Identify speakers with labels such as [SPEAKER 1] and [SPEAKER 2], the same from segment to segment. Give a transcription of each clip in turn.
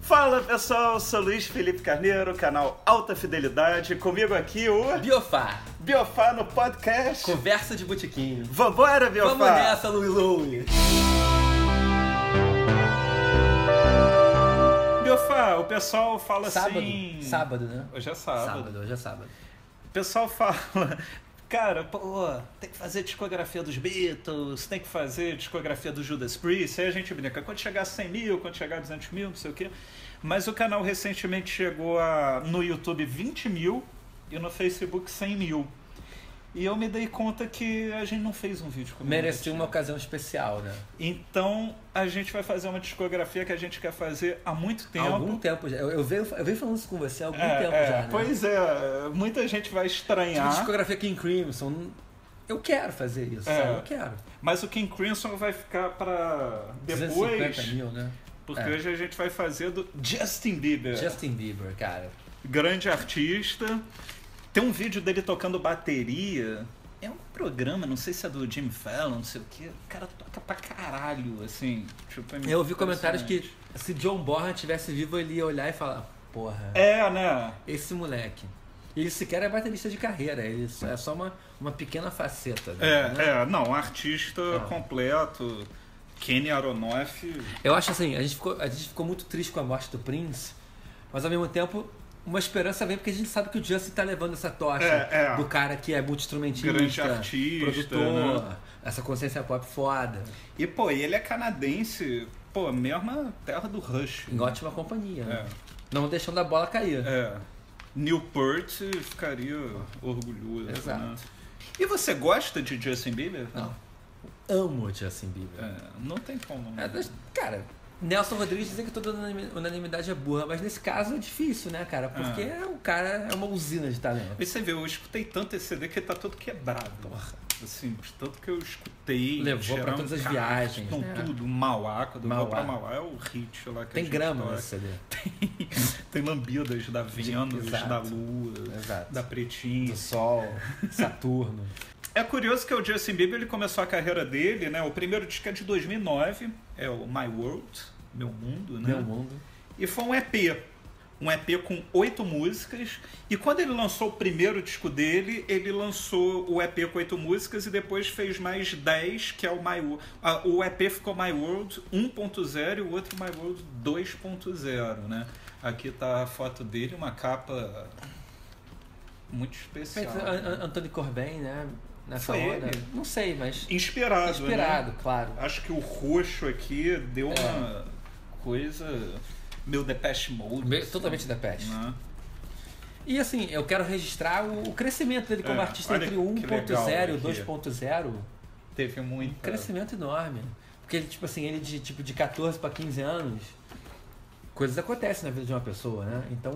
[SPEAKER 1] Fala pessoal, sou Luiz Felipe Carneiro, canal Alta Fidelidade. Comigo aqui o
[SPEAKER 2] Biofá,
[SPEAKER 1] Biofá no podcast.
[SPEAKER 2] conversa de botiquinho.
[SPEAKER 1] Vambora, Biofá!
[SPEAKER 2] Vamos nessa, Louie Louie.
[SPEAKER 1] Biofá, o pessoal fala
[SPEAKER 2] Sábado.
[SPEAKER 1] assim.
[SPEAKER 2] Sábado, né?
[SPEAKER 1] Hoje é sábado.
[SPEAKER 2] hoje é sábado.
[SPEAKER 1] O pessoal fala. Cara, pô, tem que fazer discografia dos Beatles, tem que fazer discografia do Judas Priest, aí a gente brinca. Quando chegar a 100 mil, quando chegar a 200 mil, não sei o quê. Mas o canal recentemente chegou a, no YouTube 20 mil e no Facebook 100 mil. E eu me dei conta que a gente não fez um vídeo como
[SPEAKER 2] Merecia uma ocasião especial, né?
[SPEAKER 1] Então a gente vai fazer uma discografia que a gente quer fazer há muito tempo.
[SPEAKER 2] Há algum tempo já. Eu, eu, venho, eu venho falando isso com você há algum
[SPEAKER 1] É,
[SPEAKER 2] tempo
[SPEAKER 1] é,
[SPEAKER 2] já, né?
[SPEAKER 1] Pois é, muita gente vai
[SPEAKER 2] Tipo,
[SPEAKER 1] estranhar.
[SPEAKER 2] discografia King Crimson. Eu quero fazer isso,
[SPEAKER 1] É.
[SPEAKER 2] sabe? Eu quero.
[SPEAKER 1] Mas o King Crimson vai ficar pra
[SPEAKER 2] 250
[SPEAKER 1] depois,
[SPEAKER 2] mil, né?
[SPEAKER 1] porque
[SPEAKER 2] É.
[SPEAKER 1] hoje a gente vai fazer do Justin Bieber,
[SPEAKER 2] Justin Bieber, cara.
[SPEAKER 1] grande artista. Tem um vídeo dele tocando bateria. É um programa, não sei se é do Jimmy Fallon, não sei o que. O cara toca pra caralho, assim. Tipo, é
[SPEAKER 2] Eu ouvi comentários
[SPEAKER 1] impressionante.
[SPEAKER 2] que se John Bonham tivesse vivo, ele ia olhar e falar, porra,
[SPEAKER 1] É, né?
[SPEAKER 2] esse moleque. Ele sequer é baterista de carreira, ele só- é só uma, uma pequena faceta. né? Né?
[SPEAKER 1] É, é, não, um artista
[SPEAKER 2] Ah.
[SPEAKER 1] completo. Kenny Aronoff.
[SPEAKER 2] Eu acho assim, a gente, ficou, a gente ficou muito triste com a morte do Prince, mas ao mesmo tempo, uma esperança vem porque a gente sabe que o Justin tá levando essa tocha
[SPEAKER 1] É, é.
[SPEAKER 2] do cara que é multi-instrumentista,
[SPEAKER 1] Grande artista,
[SPEAKER 2] produtor,
[SPEAKER 1] né?
[SPEAKER 2] essa consciência pop foda,
[SPEAKER 1] E, pô, ele é canadense. Pô, mesma terra do Rush.
[SPEAKER 2] em ótima companhia.
[SPEAKER 1] É.
[SPEAKER 2] né? Não deixando a bola cair.
[SPEAKER 1] É. Newport ficaria orgulhoso.
[SPEAKER 2] Exato.
[SPEAKER 1] né? E você gosta de Justin Bieber?
[SPEAKER 2] Não. Amo o Justin Bieber.
[SPEAKER 1] É, não tem como. né?
[SPEAKER 2] É, mas, cara, Nelson Rodrigues dizem que toda unanimi- unanimidade é burra, mas nesse caso é difícil, né, cara? Porque o cara é uma usina de talento.
[SPEAKER 1] E você vê, eu escutei tanto esse CD que ele tá todo quebrado. Porra. Assim, de tanto que eu escutei.
[SPEAKER 2] Levou pra
[SPEAKER 1] Tirar um
[SPEAKER 2] todas as
[SPEAKER 1] carro,
[SPEAKER 2] viagens,
[SPEAKER 1] Com
[SPEAKER 2] né?
[SPEAKER 1] tudo. Mauá, quando eu vou
[SPEAKER 2] Mauá.
[SPEAKER 1] pra Mauá é o hit lá que a
[SPEAKER 2] Tem
[SPEAKER 1] gente
[SPEAKER 2] grama
[SPEAKER 1] toca.
[SPEAKER 2] nesse CD.
[SPEAKER 1] Tem lambidas da Vênus,
[SPEAKER 2] Exato.
[SPEAKER 1] da Lua,
[SPEAKER 2] Exato.
[SPEAKER 1] da Pretinha.
[SPEAKER 2] do Sol, Saturno.
[SPEAKER 1] É curioso que o Justin Bieber ele começou a carreira dele, né? O primeiro disco é de 2009, é o My World, Meu Mundo, né?
[SPEAKER 2] Meu mundo.
[SPEAKER 1] E foi um EP. Um EP com oito músicas. E quando ele lançou o primeiro disco dele, ele lançou o EP com oito músicas e depois fez mais dez, que é o My World. Ah, o EP ficou My World 1.0 e o outro My World 2.0, né? Aqui tá a foto dele, uma capa muito especial.
[SPEAKER 2] Mas, An- An- Anthony Corbijn, né? Nessa
[SPEAKER 1] Foi
[SPEAKER 2] hora.
[SPEAKER 1] ele?
[SPEAKER 2] Não sei, mas.
[SPEAKER 1] Inspirado, né?
[SPEAKER 2] Inspirado, claro.
[SPEAKER 1] Acho que o roxo aqui deu
[SPEAKER 2] É.
[SPEAKER 1] uma coisa meio Depeche Mode.
[SPEAKER 2] Me-
[SPEAKER 1] assim,
[SPEAKER 2] Totalmente da peste.
[SPEAKER 1] né?
[SPEAKER 2] E assim, eu quero registrar o, o crescimento dele como
[SPEAKER 1] É,
[SPEAKER 2] artista
[SPEAKER 1] olha
[SPEAKER 2] entre
[SPEAKER 1] que
[SPEAKER 2] 1.0 e
[SPEAKER 1] legal
[SPEAKER 2] 2.0.
[SPEAKER 1] Teve muito
[SPEAKER 2] Crescimento enorme. Porque ele, tipo assim, ele de tipo de 14 para 15 anos, coisas acontecem na vida de uma pessoa, né? Então,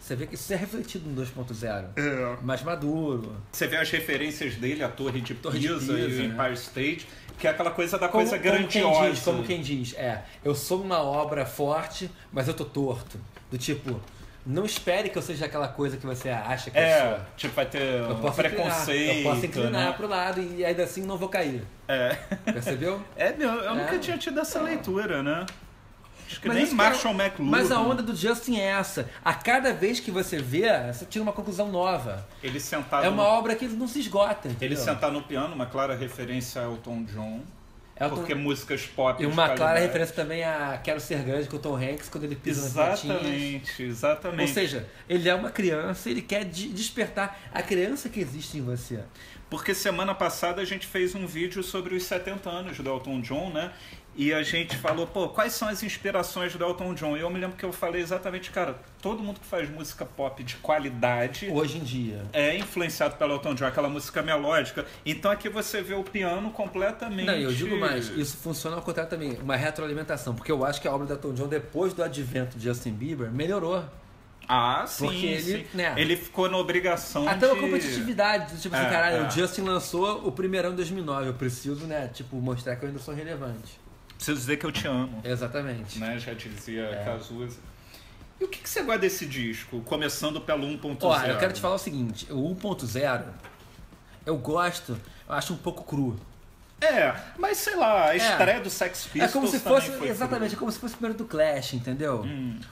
[SPEAKER 2] você vê que isso é refletido no 2.0.
[SPEAKER 1] É.
[SPEAKER 2] Mais maduro.
[SPEAKER 1] Você vê as referências dele, a Torre de Pisa,
[SPEAKER 2] Torre de
[SPEAKER 1] e
[SPEAKER 2] Pisa,
[SPEAKER 1] o
[SPEAKER 2] né?
[SPEAKER 1] Empire State, que é aquela coisa da coisa
[SPEAKER 2] Como
[SPEAKER 1] grandiosa.
[SPEAKER 2] quem, diz, como quem diz, é, eu sou uma obra forte, mas eu tô torto. Do tipo, não espere que eu seja aquela coisa que você acha que eu
[SPEAKER 1] É,
[SPEAKER 2] sou.
[SPEAKER 1] tipo, vai ter
[SPEAKER 2] Eu
[SPEAKER 1] um
[SPEAKER 2] posso
[SPEAKER 1] preconceito.
[SPEAKER 2] inclinar, eu posso inclinar
[SPEAKER 1] né?
[SPEAKER 2] pro lado e ainda assim não vou cair.
[SPEAKER 1] É.
[SPEAKER 2] Percebeu?
[SPEAKER 1] É, meu, eu nunca
[SPEAKER 2] É.
[SPEAKER 1] tinha tido essa leitura, né? Acho que
[SPEAKER 2] Mas
[SPEAKER 1] nem
[SPEAKER 2] isso que é-
[SPEAKER 1] Marshall McLuhan.
[SPEAKER 2] Mas a onda do Justin é essa. A cada vez que você vê, você tira uma conclusão nova.
[SPEAKER 1] Ele sentado,
[SPEAKER 2] É uma
[SPEAKER 1] no...
[SPEAKER 2] obra que não se esgota.
[SPEAKER 1] Ah, ele
[SPEAKER 2] entendeu?
[SPEAKER 1] sentar no piano, uma clara referência a Elton John.
[SPEAKER 2] Elton-
[SPEAKER 1] Porque músicas pop.
[SPEAKER 2] É E
[SPEAKER 1] de
[SPEAKER 2] uma clara
[SPEAKER 1] qualidade.
[SPEAKER 2] referência também a Quero Ser Grande com o Tom Hanks quando ele pisa nas latinhas.
[SPEAKER 1] Exatamente, exatamente.
[SPEAKER 2] Ou seja, ele é uma criança, ele quer de- despertar a criança que existe em você.
[SPEAKER 1] Porque semana passada a gente fez um vídeo sobre os 70 anos do Elton John, né? E a gente falou, pô, quais são as inspirações do Elton John? E eu me lembro que eu falei exatamente, cara, todo mundo que faz música pop de qualidade
[SPEAKER 2] Hoje em dia.
[SPEAKER 1] é influenciado pelo Elton John, aquela música melódica. Então aqui você vê o piano completamente.
[SPEAKER 2] Não, eu digo mais, isso funciona ao contrário também, uma retroalimentação, porque eu acho que a obra da Elton John, depois do advento de Justin Bieber, melhorou.
[SPEAKER 1] Ah, sim.
[SPEAKER 2] Porque ele,
[SPEAKER 1] sim.
[SPEAKER 2] né?
[SPEAKER 1] ele ficou na obrigação
[SPEAKER 2] Até uma
[SPEAKER 1] de-
[SPEAKER 2] competitividade, do tipo assim,
[SPEAKER 1] É,
[SPEAKER 2] caralho,
[SPEAKER 1] é.
[SPEAKER 2] o Justin lançou o primeirão em 2009, eu preciso, né, tipo, mostrar que eu ainda sou relevante.
[SPEAKER 1] Preciso dizer que eu te amo.
[SPEAKER 2] Exatamente. É.
[SPEAKER 1] né? Já dizia Cazuza. E o que, que você gosta desse disco? Começando pelo 1.0.
[SPEAKER 2] Ó, eu quero te falar o seguinte, o 1.0, eu gosto, eu acho um pouco cru.
[SPEAKER 1] É, mas sei lá, a estreia do Sex
[SPEAKER 2] É
[SPEAKER 1] Pistols
[SPEAKER 2] como se
[SPEAKER 1] também
[SPEAKER 2] fosse,
[SPEAKER 1] foi Hum.
[SPEAKER 2] exatamente, é como se fosse o primeiro do Clash, entendeu?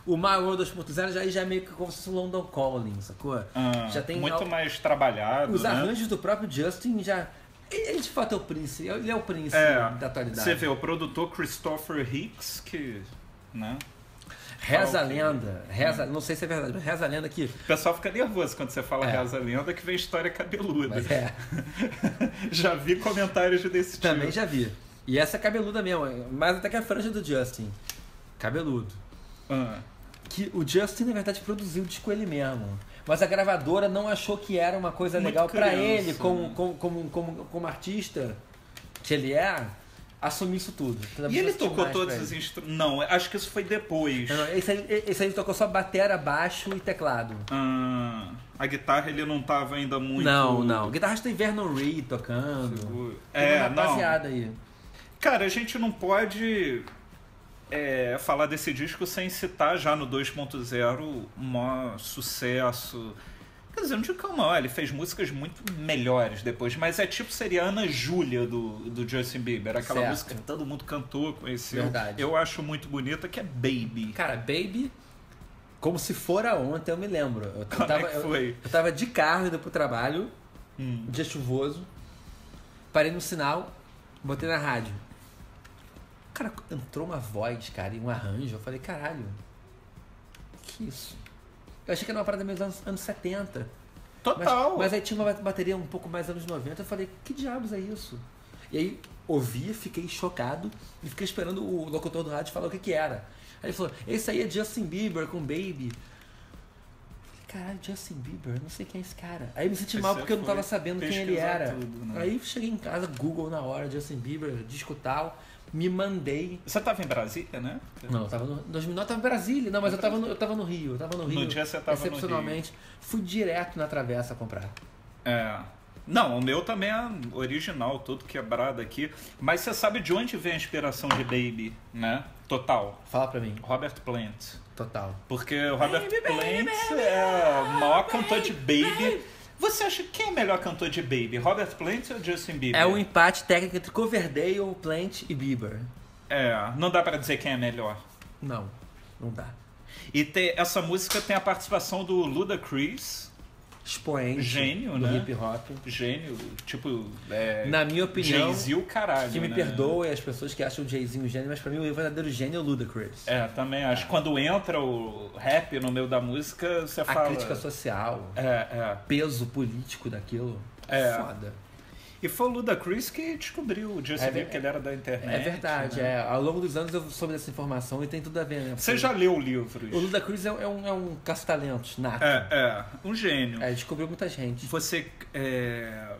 [SPEAKER 2] O My World 2.0 já, já é meio que como se fosse o London Calling, sacou?
[SPEAKER 1] Ah,
[SPEAKER 2] já tem
[SPEAKER 1] muito
[SPEAKER 2] al-
[SPEAKER 1] mais trabalhado,
[SPEAKER 2] os
[SPEAKER 1] né?
[SPEAKER 2] arranjos do próprio Justin já... Ele de fato é o príncipe, ele é o príncipe
[SPEAKER 1] É,
[SPEAKER 2] da atualidade.
[SPEAKER 1] Você vê o produtor Christopher Hicks, que. Né?
[SPEAKER 2] Reza a
[SPEAKER 1] Falco.
[SPEAKER 2] lenda,
[SPEAKER 1] Hum.
[SPEAKER 2] reza, não sei se é verdade, mas reza a lenda que...
[SPEAKER 1] O pessoal fica nervoso quando você fala
[SPEAKER 2] É.
[SPEAKER 1] Reza a Lenda, que vem história cabeluda.
[SPEAKER 2] Mas é,
[SPEAKER 1] já vi comentários desse tipo.
[SPEAKER 2] também já vi. E essa é cabeluda mesmo, mais até que a franja do Justin. Cabeludo.
[SPEAKER 1] Ah,
[SPEAKER 2] Que o Justin, na verdade, produziu o disco ele mesmo. Mas a gravadora não achou que era uma coisa
[SPEAKER 1] Muito
[SPEAKER 2] legal pra
[SPEAKER 1] criança,
[SPEAKER 2] ele, como,
[SPEAKER 1] né?
[SPEAKER 2] como, como, como, como artista que ele é, assumir isso tudo. Então,
[SPEAKER 1] E ele tocou todos os
[SPEAKER 2] os
[SPEAKER 1] instrumentos. Não, acho que isso foi depois.
[SPEAKER 2] não, não, esse, aí, esse aí ele tocou só batera, baixo e teclado.
[SPEAKER 1] Ah, a guitarra ele não tava ainda muito.
[SPEAKER 2] Não, não. Guitarrista tem Vernon Reed tocando. Tem
[SPEAKER 1] É,
[SPEAKER 2] uma
[SPEAKER 1] não.
[SPEAKER 2] rapaziada aí.
[SPEAKER 1] Cara, a gente não pode é, falar desse disco sem citar já no 2.0 o maior sucesso. Quer dizer, não digo que é o maior, ele fez músicas muito melhores depois, mas é tipo, seria a Ana Júlia do, do Justin Bieber, aquela
[SPEAKER 2] Certo.
[SPEAKER 1] música que todo mundo cantou, conheceu.
[SPEAKER 2] Verdade.
[SPEAKER 1] Eu acho muito bonita, que é Baby.
[SPEAKER 2] Cara, Baby, como se fora ontem, eu me lembro. Eu, eu
[SPEAKER 1] Como
[SPEAKER 2] tava,
[SPEAKER 1] é que
[SPEAKER 2] eu-
[SPEAKER 1] foi?
[SPEAKER 2] Eu tava de carro indo pro trabalho,
[SPEAKER 1] Hum.
[SPEAKER 2] dia chuvoso, parei no sinal, botei na rádio. Cara, entrou uma voz, cara, e um arranjo. Eu falei, caralho, que isso? Eu achei que era uma parada meio dos anos, anos 70. Mas,
[SPEAKER 1] Total.
[SPEAKER 2] mas aí tinha uma bateria um pouco mais anos 90. Eu falei, que diabos é isso? E aí ouvi, fiquei chocado e fiquei esperando o locutor do rádio falar o que, que era. Aí ele falou, esse aí é Justin Bieber com Baby. Eu falei, Caralho, Justin Bieber, eu não sei quem é esse cara. Aí me senti
[SPEAKER 1] Aí
[SPEAKER 2] mal
[SPEAKER 1] você
[SPEAKER 2] porque eu não tava
[SPEAKER 1] foi
[SPEAKER 2] sabendo quem ele
[SPEAKER 1] pesquisar
[SPEAKER 2] era.
[SPEAKER 1] tudo, né?
[SPEAKER 2] Aí cheguei em casa, Google na hora, Justin Bieber, disco tal, me mandei.
[SPEAKER 1] Você tava em Brasília, né?
[SPEAKER 2] Não, eu tava no. 2009 eu tava em Brasília. Não, mas eu tava no, eu tava no Rio. Eu tava no
[SPEAKER 1] No
[SPEAKER 2] Rio.
[SPEAKER 1] dia você tava no Rio.
[SPEAKER 2] excepcionalmente. Fui direto na travessa comprar.
[SPEAKER 1] É. Não, o meu também é original, todo quebrado aqui. Mas você sabe de onde vem a inspiração de Baby, né? Total.
[SPEAKER 2] Fala pra mim.
[SPEAKER 1] Robert Plant.
[SPEAKER 2] Total.
[SPEAKER 1] Porque o Robert Plant é o maior cantor de Baby. Você acha que quem é o melhor cantor de Baby? Robert Plant ou Justin Bieber?
[SPEAKER 2] É um empate técnico entre Coverdale, Plant e Bieber.
[SPEAKER 1] É, não dá pra dizer quem é melhor.
[SPEAKER 2] Não, não dá.
[SPEAKER 1] E tem- essa música tem a participação do Ludacris,
[SPEAKER 2] Expoente
[SPEAKER 1] Gênio,
[SPEAKER 2] do
[SPEAKER 1] né?
[SPEAKER 2] hip hop.
[SPEAKER 1] gênio, tipo, é,
[SPEAKER 2] Na minha opinião,
[SPEAKER 1] Jay-Z o caralho,
[SPEAKER 2] que me
[SPEAKER 1] né?
[SPEAKER 2] perdoem as pessoas que acham o Jay-Z um gênio, mas pra mim o verdadeiro gênio é o Ludacris.
[SPEAKER 1] É, também acho. Quando entra o rap no meio da música, você
[SPEAKER 2] A
[SPEAKER 1] fala.
[SPEAKER 2] crítica social,
[SPEAKER 1] É, é.
[SPEAKER 2] o peso político daquilo,
[SPEAKER 1] É.
[SPEAKER 2] foda.
[SPEAKER 1] E foi o Ludacris que descobriu o Justin
[SPEAKER 2] É ver-
[SPEAKER 1] Bieber, que ele era da internet.
[SPEAKER 2] É verdade,
[SPEAKER 1] né?
[SPEAKER 2] é. Ao longo dos anos eu soube dessa informação e tem tudo a ver, né?
[SPEAKER 1] Você já leu livros?
[SPEAKER 2] O Ludacris é, um- é um, é um caça-talentos nato.
[SPEAKER 1] É, é. Um gênio.
[SPEAKER 2] É, descobriu muita gente.
[SPEAKER 1] Você é,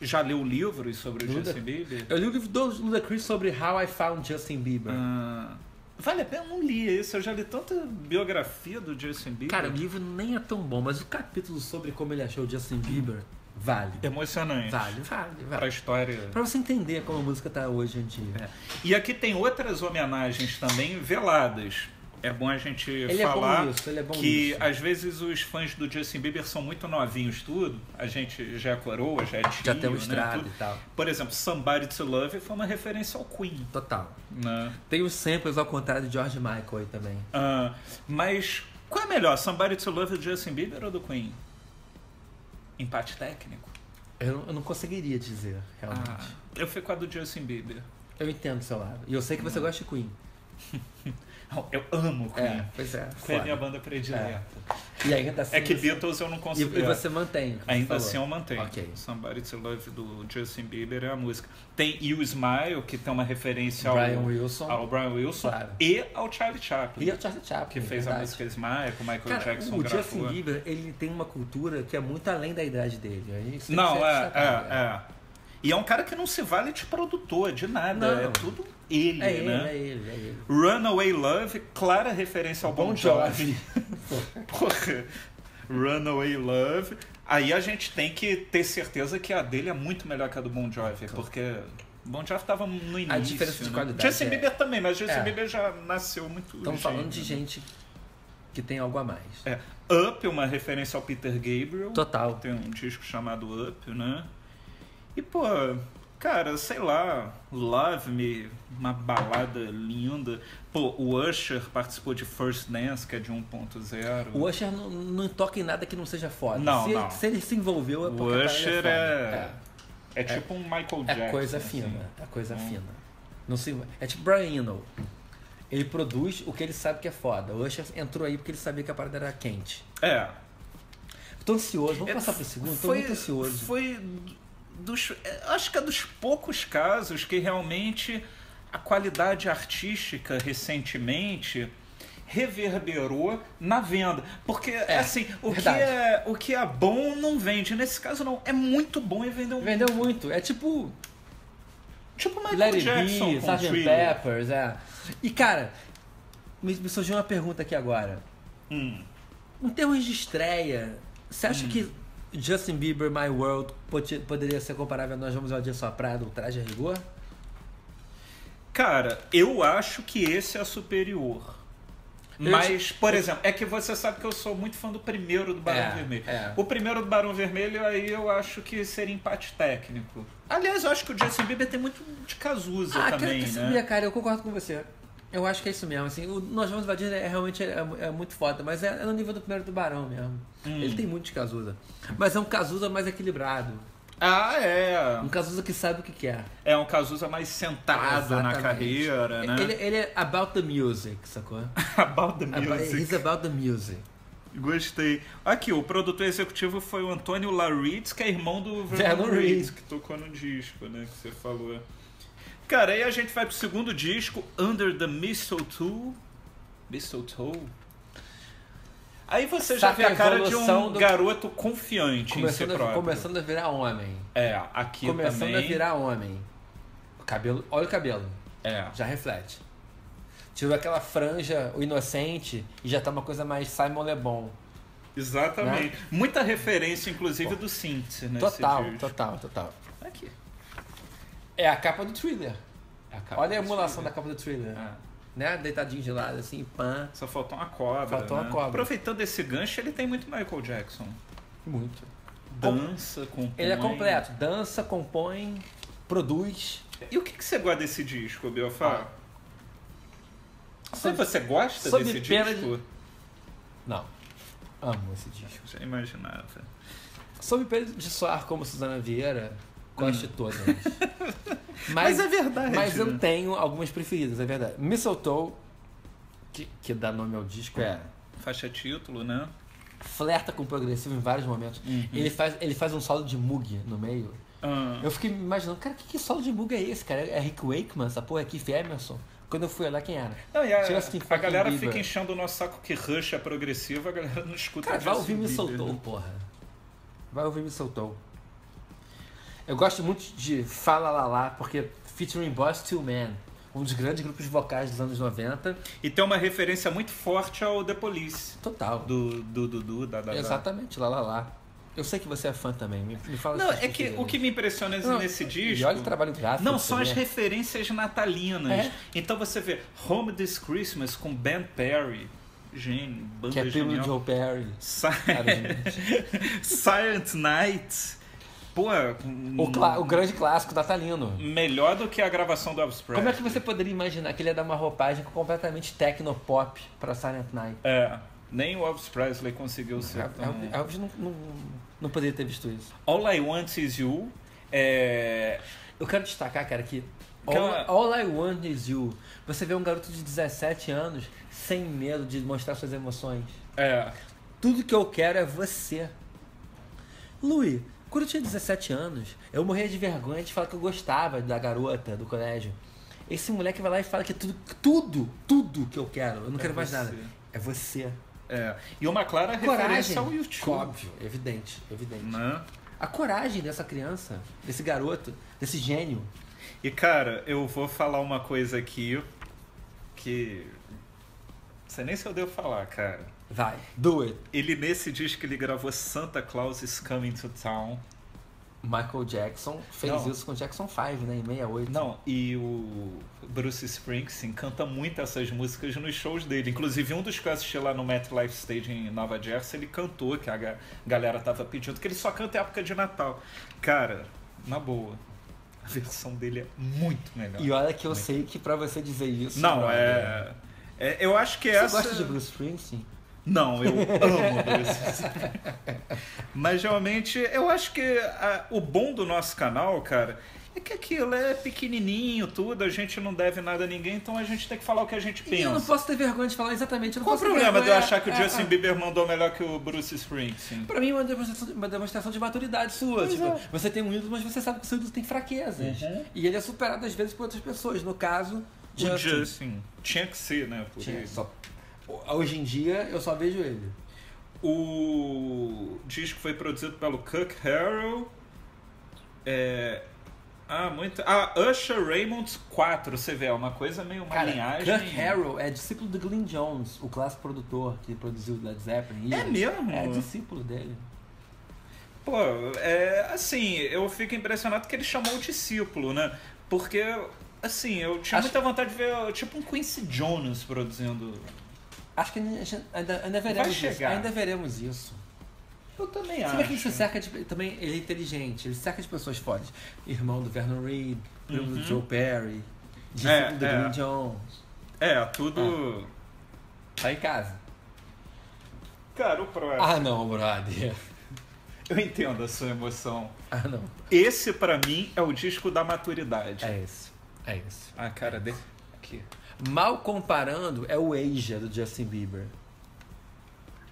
[SPEAKER 1] já leu livros sobre o
[SPEAKER 2] Luda-
[SPEAKER 1] Justin Bieber?
[SPEAKER 2] Eu li o livro do Ludacris sobre How I Found Justin Bieber.
[SPEAKER 1] Ah, vale a pena, eu não li esse. Eu já li tanta biografia do Justin Bieber.
[SPEAKER 2] Cara, o livro nem é tão bom, mas o capítulo sobre como ele achou o Justin Bieber vale.
[SPEAKER 1] É emocionante.
[SPEAKER 2] Vale, vale,
[SPEAKER 1] Pra
[SPEAKER 2] vale.
[SPEAKER 1] história.
[SPEAKER 2] Pra você entender como a música tá hoje em dia.
[SPEAKER 1] E aqui tem outras homenagens também veladas. É bom a gente
[SPEAKER 2] Ele é
[SPEAKER 1] falar
[SPEAKER 2] bom nisso, ele é bom
[SPEAKER 1] que
[SPEAKER 2] nisso.
[SPEAKER 1] às vezes os fãs do Justin Bieber são muito novinhos tudo. A gente já é coroa, já é tio,
[SPEAKER 2] Já tem o
[SPEAKER 1] né,
[SPEAKER 2] estrado
[SPEAKER 1] tudo.
[SPEAKER 2] e tal.
[SPEAKER 1] Por exemplo, Somebody to Love foi uma referência ao Queen,
[SPEAKER 2] Total.
[SPEAKER 1] né?
[SPEAKER 2] Tem os samples ao contrário de George Michael aí também.
[SPEAKER 1] Ah, mas qual é melhor, Somebody to Love do Justin Bieber ou do Queen? Empate técnico.
[SPEAKER 2] Eu, não- eu não conseguiria dizer, realmente.
[SPEAKER 1] Ah, eu fico com a do Justin Bieber.
[SPEAKER 2] Eu entendo o seu lado. E eu sei que você gosta de Queen.
[SPEAKER 1] Não, Eu amo Uhum. Queen.
[SPEAKER 2] É, pois é.
[SPEAKER 1] Foi a
[SPEAKER 2] foda.
[SPEAKER 1] minha banda predileta.
[SPEAKER 2] E ainda assim.
[SPEAKER 1] É, que
[SPEAKER 2] você...
[SPEAKER 1] Beatles eu não
[SPEAKER 2] e,
[SPEAKER 1] considero.
[SPEAKER 2] e você mantém. o que você
[SPEAKER 1] Ainda
[SPEAKER 2] falou.
[SPEAKER 1] assim eu mantenho.
[SPEAKER 2] Ok.
[SPEAKER 1] Somebody to Love do Justin Bieber é a música. Tem You Smile, que tem uma referência ao
[SPEAKER 2] Brian Wilson.
[SPEAKER 1] ao Brian Wilson
[SPEAKER 2] Claro.
[SPEAKER 1] e ao Charlie Chaplin,
[SPEAKER 2] E o Charlie Chaplin.
[SPEAKER 1] que fez a
[SPEAKER 2] verdade.
[SPEAKER 1] música Smile, um que o Michael
[SPEAKER 2] Cara,
[SPEAKER 1] Jackson
[SPEAKER 2] o
[SPEAKER 1] gravou.
[SPEAKER 2] Justin Bieber, ele tem uma cultura que é muito além da idade dele. Aí isso tem que ser
[SPEAKER 1] não, é,
[SPEAKER 2] destacado,
[SPEAKER 1] é, é. E é um cara que não se vale de produtor, de nada.
[SPEAKER 2] Não.
[SPEAKER 1] É tudo ele,
[SPEAKER 2] É ele,
[SPEAKER 1] né?
[SPEAKER 2] é ele, é ele.
[SPEAKER 1] Runaway Love, clara referência ao É Bon Jovi. Porra. Runaway Love. Aí a gente tem que ter certeza que a dele é muito melhor que a do Bon Jovi, porque Bon Jovi tava no início.
[SPEAKER 2] diferença de
[SPEAKER 1] né?
[SPEAKER 2] qualidade
[SPEAKER 1] Justin
[SPEAKER 2] é-
[SPEAKER 1] Bieber também, mas Justin
[SPEAKER 2] É.
[SPEAKER 1] Bieber já nasceu muito
[SPEAKER 2] Estamos
[SPEAKER 1] gênio,
[SPEAKER 2] falando de
[SPEAKER 1] né?
[SPEAKER 2] gente que tem algo a mais.
[SPEAKER 1] É. Up, uma referência ao Peter Gabriel.
[SPEAKER 2] Total.
[SPEAKER 1] Tem um disco chamado Up, né? E, pô, Cara, sei lá, Love Me, uma balada linda. Pô, o Usher participou de First Dance, que é de 1.0.
[SPEAKER 2] O Usher não, não toca em nada que não seja foda.
[SPEAKER 1] Não,
[SPEAKER 2] se,
[SPEAKER 1] não.
[SPEAKER 2] se ele se envolveu, é
[SPEAKER 1] O
[SPEAKER 2] porque a parada
[SPEAKER 1] Usher
[SPEAKER 2] foda.
[SPEAKER 1] é... É, tipo um Michael
[SPEAKER 2] É,
[SPEAKER 1] Jackson.
[SPEAKER 2] coisa
[SPEAKER 1] assim.
[SPEAKER 2] fina, é coisa
[SPEAKER 1] Hum.
[SPEAKER 2] fina. Não se, é tipo Brian Eno. Ele produz o que ele sabe que é foda. O Usher entrou aí porque ele sabia que a parada era quente.
[SPEAKER 1] É.
[SPEAKER 2] Tô ansioso, vamos
[SPEAKER 1] É,
[SPEAKER 2] passar pro segundo? Tô
[SPEAKER 1] foi-
[SPEAKER 2] muito ansioso.
[SPEAKER 1] Foi dos, é, acho que é dos poucos casos que realmente a qualidade artística recentemente reverberou na venda. Porque, assim, o que,
[SPEAKER 2] verdade.
[SPEAKER 1] é, o que é bom não vende. Nesse caso, não. É muito bom e vendeu muito.
[SPEAKER 2] Vendeu muito. É tipo
[SPEAKER 1] Tipo Michael
[SPEAKER 2] Let It
[SPEAKER 1] Jackson
[SPEAKER 2] Be,
[SPEAKER 1] com
[SPEAKER 2] Sgt.
[SPEAKER 1] Thriller.
[SPEAKER 2] Peppers, é. E cara, me, me surgiu uma pergunta aqui agora.
[SPEAKER 1] Hum.
[SPEAKER 2] Em termos de estreia, você acha que Justin Bieber My World poti- poderia ser comparável a Nós Vamos ao Dia Só Prado, o Traje a Rigor?
[SPEAKER 1] Cara, eu acho que esse é superior.
[SPEAKER 2] Eu
[SPEAKER 1] Mas, por exemplo, é que você sabe que eu sou muito fã do primeiro do Barão
[SPEAKER 2] É,
[SPEAKER 1] Vermelho.
[SPEAKER 2] é.
[SPEAKER 1] O primeiro do Barão Vermelho, aí eu acho que seria empate técnico. Aliás, eu acho que o Justin Bieber tem muito de Cazuza
[SPEAKER 2] ah,
[SPEAKER 1] também,
[SPEAKER 2] quero
[SPEAKER 1] né?
[SPEAKER 2] que sabia, cara, eu concordo com você. Eu acho que é isso mesmo, assim, o Nós Vamos Invadir é realmente é, é muito foda, mas é, é no nível do primeiro do Barão mesmo.
[SPEAKER 1] Hum.
[SPEAKER 2] Ele tem muito de Cazuza, mas é um Cazuza mais equilibrado,
[SPEAKER 1] Ah, é.
[SPEAKER 2] um Cazuza que sabe o que quer.
[SPEAKER 1] É um Cazuza mais sentado na
[SPEAKER 2] Exatamente.
[SPEAKER 1] carreira, né?
[SPEAKER 2] Ele, ele é about the music, sacou?
[SPEAKER 1] About the
[SPEAKER 2] About-
[SPEAKER 1] music.
[SPEAKER 2] He's about the music.
[SPEAKER 1] Gostei. Aqui, o produtor executivo foi o Antônio Laritz, que é irmão do
[SPEAKER 2] Vernon
[SPEAKER 1] Vernon Reed,
[SPEAKER 2] Reed.
[SPEAKER 1] que tocou no disco, né? Que você falou. Cara, aí a gente vai pro segundo disco, Under the Mistletoe. Mistletoe? Aí você já
[SPEAKER 2] Saca
[SPEAKER 1] vê a
[SPEAKER 2] a
[SPEAKER 1] cara de um
[SPEAKER 2] evolução do-
[SPEAKER 1] garoto confiante em si
[SPEAKER 2] Começando, a,
[SPEAKER 1] próprio.
[SPEAKER 2] começando a virar homem.
[SPEAKER 1] É, aqui
[SPEAKER 2] é começando
[SPEAKER 1] também.
[SPEAKER 2] a virar homem. O cabelo, olha o cabelo,
[SPEAKER 1] É.
[SPEAKER 2] já reflete. Tirou aquela franja, o inocente, e já tá uma coisa mais Simon Le Bon.
[SPEAKER 1] Exatamente. Muita referência, inclusive, do synth, né?
[SPEAKER 2] Né? Total, total, total.
[SPEAKER 1] Aqui.
[SPEAKER 2] É a capa do thriller.
[SPEAKER 1] É a capa
[SPEAKER 2] Olha a
[SPEAKER 1] do
[SPEAKER 2] emulação
[SPEAKER 1] filme.
[SPEAKER 2] da capa do thriller.
[SPEAKER 1] É.
[SPEAKER 2] Né? Deitadinho de lado, assim, pã.
[SPEAKER 1] Só faltou uma cobra.
[SPEAKER 2] Faltou uma
[SPEAKER 1] né?
[SPEAKER 2] cobra.
[SPEAKER 1] Aproveitando esse gancho, ele tem muito Michael Jackson.
[SPEAKER 2] Muito.
[SPEAKER 1] Dança, compõe.
[SPEAKER 2] Ele é completo. Dança, compõe, produz.
[SPEAKER 1] E o que, que você gosta desse disco, Biofá? Sabe,
[SPEAKER 2] Sob-
[SPEAKER 1] você gosta
[SPEAKER 2] Ah. sob
[SPEAKER 1] desse
[SPEAKER 2] pena
[SPEAKER 1] disco?
[SPEAKER 2] Não. Amo esse disco.
[SPEAKER 1] Já imaginava.
[SPEAKER 2] Sob pena de soar como Suzana Vieira, gosto de todas.
[SPEAKER 1] Mas, é verdade.
[SPEAKER 2] Mas eu
[SPEAKER 1] né?
[SPEAKER 2] tenho algumas preferidas, é verdade. Mistletoe, que, que dá nome ao disco, é.
[SPEAKER 1] Faixa título, né?
[SPEAKER 2] Flerta com o progressivo em vários momentos. Ele, faz, ele faz um solo de Moog no meio.
[SPEAKER 1] Ah,
[SPEAKER 2] Eu fiquei me imaginando, cara, que, que solo de Moog é esse, cara? É Rick Wakeman, essa porra aqui, Keith Emerson? Quando eu fui olhar quem era.
[SPEAKER 1] Não, e a,
[SPEAKER 2] Justin
[SPEAKER 1] a
[SPEAKER 2] fucking
[SPEAKER 1] galera
[SPEAKER 2] Bieber.
[SPEAKER 1] fica enchendo o nosso saco que Rush é progressivo, a galera não escuta
[SPEAKER 2] Cara, vai
[SPEAKER 1] Justin
[SPEAKER 2] ouvir Me
[SPEAKER 1] Bieber,
[SPEAKER 2] Soltou,
[SPEAKER 1] né?
[SPEAKER 2] porra. Vai ouvir Me Soltou. Eu gosto muito de Fala Lá Lá, porque featuring Boss Two Man, um dos grandes grupos vocais dos anos 90.
[SPEAKER 1] E tem uma referência muito forte ao The Police.
[SPEAKER 2] Total.
[SPEAKER 1] Do Dudu, da, da, da.
[SPEAKER 2] Exatamente, lá, lá, lá. Eu sei que você é fã também, me, me fala
[SPEAKER 1] Não,
[SPEAKER 2] essas
[SPEAKER 1] é que
[SPEAKER 2] coisas
[SPEAKER 1] o que me impressiona
[SPEAKER 2] aí. Não,
[SPEAKER 1] nesse disco.
[SPEAKER 2] E olha o trabalho gráfico.
[SPEAKER 1] Não,
[SPEAKER 2] que é-
[SPEAKER 1] são
[SPEAKER 2] você
[SPEAKER 1] as
[SPEAKER 2] vê.
[SPEAKER 1] referências natalinas.
[SPEAKER 2] É.
[SPEAKER 1] Então você vê Home This Christmas com Ben Perry. Gênio, banda
[SPEAKER 2] Que é pelo
[SPEAKER 1] genial.
[SPEAKER 2] Joe Perry.
[SPEAKER 1] Si-
[SPEAKER 2] Cara, gente.
[SPEAKER 1] Silent Night. Pô, um
[SPEAKER 2] o, cla- o grande clássico natalino.
[SPEAKER 1] melhor do que a gravação do Elvis Presley.
[SPEAKER 2] Como é que você poderia imaginar que ele ia dar uma roupagem completamente tecnopop pra Silent Night?
[SPEAKER 1] É, nem o Elvis Presley conseguiu
[SPEAKER 2] É,
[SPEAKER 1] ser tão...
[SPEAKER 2] Elvis- Elvis não, não, não poderia ter visto isso.
[SPEAKER 1] All I Want Is You é...
[SPEAKER 2] Eu quero destacar, cara, que
[SPEAKER 1] Cara-
[SPEAKER 2] All, All I Want Is You. Você vê um garoto de 17 anos sem medo de mostrar suas emoções.
[SPEAKER 1] é...
[SPEAKER 2] Tudo que eu quero é você. Lui, quando eu tinha 17 anos, eu morria de vergonha de falar que eu gostava da garota do colégio. Esse moleque vai lá e fala que tudo, tudo, tudo que eu quero, eu não
[SPEAKER 1] É
[SPEAKER 2] quero mais
[SPEAKER 1] você.
[SPEAKER 2] nada, é você.
[SPEAKER 1] é. E uma clara
[SPEAKER 2] Coragem.
[SPEAKER 1] referência ao YouTube.
[SPEAKER 2] Óbvio, evidente, evidente.
[SPEAKER 1] Né?
[SPEAKER 2] A coragem dessa criança, desse garoto, desse gênio.
[SPEAKER 1] E cara, eu vou falar uma coisa aqui que. Não sei nem se eu devo falar, cara.
[SPEAKER 2] Vai, do it.
[SPEAKER 1] Ele nesse disco ele gravou Santa Claus is Coming to Town.
[SPEAKER 2] Michael Jackson fez
[SPEAKER 1] Não.
[SPEAKER 2] isso com Jackson 5, né, em 68.
[SPEAKER 1] Não, e o Bruce Springsteen canta muito essas músicas nos shows dele. Inclusive, um dos que eu assisti lá no MetLife Stage em Nova Jersey, ele cantou, que a ga- galera tava pedindo, que ele só canta em época de Natal. Cara, na boa. versão dele é muito melhor.
[SPEAKER 2] E olha que eu sei que pra você dizer isso.
[SPEAKER 1] Não,
[SPEAKER 2] brother,
[SPEAKER 1] é... é- Eu acho que
[SPEAKER 2] Você
[SPEAKER 1] essa.
[SPEAKER 2] gosta de Bruce Springsteen?
[SPEAKER 1] Não, eu amo Bruce Springsteen. Mas realmente, eu acho que a- o bom do nosso canal, cara, é que aquilo é pequenininho, tudo, a gente não deve nada a ninguém, então a gente tem que falar o que a gente
[SPEAKER 2] E eu não
[SPEAKER 1] pensa.
[SPEAKER 2] posso ter vergonha de falar exatamente. eu não
[SPEAKER 1] Qual o
[SPEAKER 2] posso ter
[SPEAKER 1] problema de eu
[SPEAKER 2] vergonha-
[SPEAKER 1] achar que o
[SPEAKER 2] é,
[SPEAKER 1] Justin
[SPEAKER 2] é.
[SPEAKER 1] Bieber mandou melhor que o Bruce Springsteen?
[SPEAKER 2] Pra mim é uma demonstração, uma demonstração de maturidade sua. tipo, Você tem um ídolo, mas você sabe que o seu ídolo tem fraquezas.
[SPEAKER 1] é. Uhum.
[SPEAKER 2] E ele é superado às vezes por outras pessoas. No caso,
[SPEAKER 1] O
[SPEAKER 2] Justin.
[SPEAKER 1] Justin. Tinha que ser, né? por
[SPEAKER 2] Tinha,
[SPEAKER 1] ele.
[SPEAKER 2] só- Hoje em dia eu só vejo ele.
[SPEAKER 1] O disco foi produzido pelo Kirk Harrell. É... Ah, muito. Ah, Usher Raymond 4, você vê, é uma coisa meio uma linhagem.
[SPEAKER 2] Kirk Harrow é discípulo do Glenn Jones, o clássico produtor que produziu Led Zeppelin.
[SPEAKER 1] É mesmo?
[SPEAKER 2] É discípulo dele.
[SPEAKER 1] Pô, é assim, eu fico impressionado que ele chamou o discípulo, né? Porque, assim, eu tinha
[SPEAKER 2] Acho-
[SPEAKER 1] muita vontade de ver, tipo, um Quincy Jones produzindo.
[SPEAKER 2] Acho que ainda, ainda, ainda veremos isso.
[SPEAKER 1] chegar.
[SPEAKER 2] Ainda veremos isso.
[SPEAKER 1] Eu também
[SPEAKER 2] Você
[SPEAKER 1] acho.
[SPEAKER 2] vê que ele se cerca de. Também ele é inteligente, ele se cerca de pessoas fodas. Irmão do Vernon Reed, primo do
[SPEAKER 1] Uhum.
[SPEAKER 2] Joe Perry, discípulo
[SPEAKER 1] É,
[SPEAKER 2] do
[SPEAKER 1] é.
[SPEAKER 2] Glenn Jones.
[SPEAKER 1] É, tudo.
[SPEAKER 2] Tá em casa.
[SPEAKER 1] Cara, o próximo.
[SPEAKER 2] Ah não, brother.
[SPEAKER 1] Eu entendo a sua emoção.
[SPEAKER 2] Ah não.
[SPEAKER 1] Esse, pra mim, é o disco da maturidade.
[SPEAKER 2] É esse. É esse.
[SPEAKER 1] A cara dele. Aqui.
[SPEAKER 2] Mal comparando, é o Asia do Justin Bieber.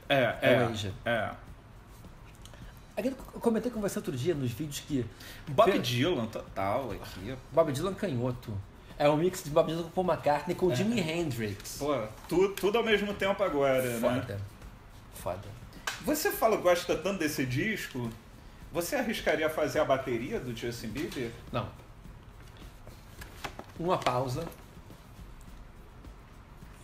[SPEAKER 1] É,
[SPEAKER 2] É
[SPEAKER 1] é.
[SPEAKER 2] o Asia.
[SPEAKER 1] É.
[SPEAKER 2] Aquele que Eu comentei com você outro dia nos vídeos que
[SPEAKER 1] Bob
[SPEAKER 2] Pe-
[SPEAKER 1] Dylan, total, aqui.
[SPEAKER 2] Bob Dylan canhoto. É um mix de Bob Dylan com Paul McCartney com
[SPEAKER 1] É.
[SPEAKER 2] Jimi Hendrix.
[SPEAKER 1] Pô, tu- tudo ao mesmo tempo agora, né?
[SPEAKER 2] Foda. Foda.
[SPEAKER 1] Você fala que gosta tanto desse disco, você arriscaria fazer a bateria do Justin Bieber?
[SPEAKER 2] Não. Uma pausa.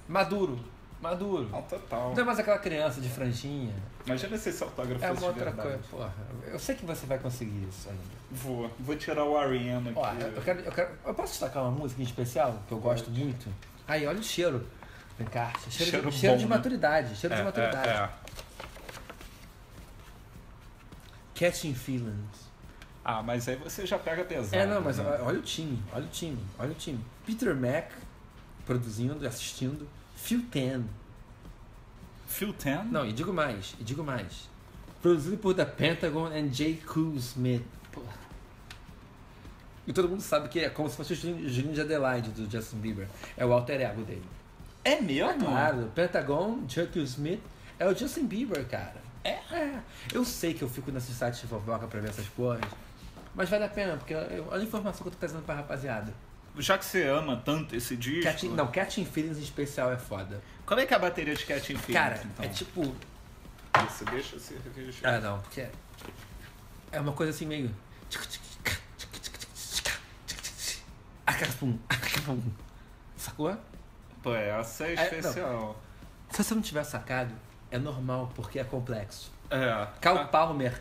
[SPEAKER 2] Maduro. Maduro.
[SPEAKER 1] Não, total.
[SPEAKER 2] Não é mais aquela criança de franjinha.
[SPEAKER 1] Imagina se esse autógrafo
[SPEAKER 2] É
[SPEAKER 1] fosse
[SPEAKER 2] uma
[SPEAKER 1] de
[SPEAKER 2] outra
[SPEAKER 1] verdade.
[SPEAKER 2] coisa. Porra, eu sei que você vai conseguir isso ainda.
[SPEAKER 1] Vou, vou tirar o Ariana aqui.
[SPEAKER 2] Ó, eu, quero, eu, quero, eu posso destacar uma música em especial que eu gosto muito? Aí, olha o cheiro. Vem cá, cheiro,
[SPEAKER 1] Cheiro
[SPEAKER 2] de, cheiro
[SPEAKER 1] bom,
[SPEAKER 2] de
[SPEAKER 1] né?
[SPEAKER 2] maturidade. Cheiro de
[SPEAKER 1] É,
[SPEAKER 2] maturidade.
[SPEAKER 1] é, é. é.
[SPEAKER 2] Catching Feelings.
[SPEAKER 1] Ah, mas aí você já pega pesado.
[SPEAKER 2] É, não, mas
[SPEAKER 1] né?
[SPEAKER 2] olha o time, olha o time, olha o time. Peter Mac produzindo, assistindo. Phil Ten.
[SPEAKER 1] Phil Ten?
[SPEAKER 2] Não, e digo mais, e digo mais. Produzido por The Pentagon and J. Cool Smith. Porra. E todo mundo sabe que é como se fosse o Julinho, Julinho de Adelaide do Justin Bieber. É o alter ego dele.
[SPEAKER 1] É mesmo?
[SPEAKER 2] Claro, Pentagon, J. Cool Smith é o Justin Bieber, cara. É? Eu sei que eu fico nesses sites de fofoca pra ver essas porras. Mas vale a pena, porque eu- olha a informação que eu tô trazendo pra rapaziada.
[SPEAKER 1] Já que você ama tanto esse disco,
[SPEAKER 2] Catching, não, Catching Feelings em especial é foda.
[SPEAKER 1] como é que é a bateria de Cat Infinity,
[SPEAKER 2] Cara,
[SPEAKER 1] então?
[SPEAKER 2] é tipo.
[SPEAKER 1] Isso, deixa se registrar.
[SPEAKER 2] Ah, não, porque é. É uma coisa assim meio. Acapum, acapum. Sacou?
[SPEAKER 1] Pô, essa é
[SPEAKER 2] não.
[SPEAKER 1] especial.
[SPEAKER 2] Se você não tiver sacado, é normal, porque é complexo.
[SPEAKER 1] É.
[SPEAKER 2] Cal
[SPEAKER 1] Ah,
[SPEAKER 2] Palmer.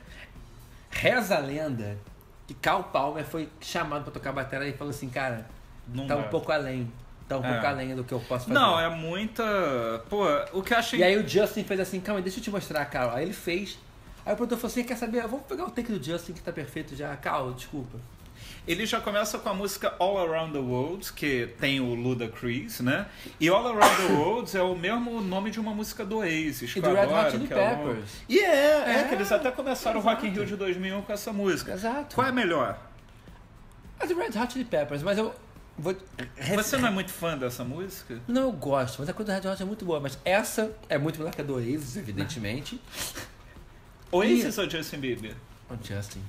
[SPEAKER 2] Reza a lenda que Cal Palmer foi chamado pra tocar bateria e falou assim, cara,
[SPEAKER 1] não
[SPEAKER 2] tá
[SPEAKER 1] dá.
[SPEAKER 2] um pouco além. Tá um
[SPEAKER 1] É.
[SPEAKER 2] pouco além do que eu posso fazer.
[SPEAKER 1] Não, é muita. Pô, o que eu achei.
[SPEAKER 2] E aí o Justin fez assim, calma, aí, deixa eu te mostrar, Carl. Aí ele fez. Aí o produtor falou assim, quer saber? Vamos pegar o take do Justin que tá perfeito já. Carl, desculpa.
[SPEAKER 1] Ele já começa com a música All Around the World, que tem o Ludacris, né? E All Around the World é o mesmo nome de uma música do Oasis. que
[SPEAKER 2] E do
[SPEAKER 1] eu
[SPEAKER 2] Red
[SPEAKER 1] adoro,
[SPEAKER 2] Hot Chili
[SPEAKER 1] que é o-
[SPEAKER 2] Peppers.
[SPEAKER 1] E é, é,
[SPEAKER 2] É,
[SPEAKER 1] que eles até começaram o Rock in Rio de 2001 com essa música.
[SPEAKER 2] Exato.
[SPEAKER 1] Qual é a melhor?
[SPEAKER 2] A do Red Hot Chili Peppers, mas eu vou...
[SPEAKER 1] Você não é muito fã dessa música?
[SPEAKER 2] Não, eu gosto, mas a coisa do Red Hot é muito boa. Mas essa é muito melhor que a do Oasis, evidentemente.
[SPEAKER 1] Oasis ou Justin Bieber?
[SPEAKER 2] O Justin.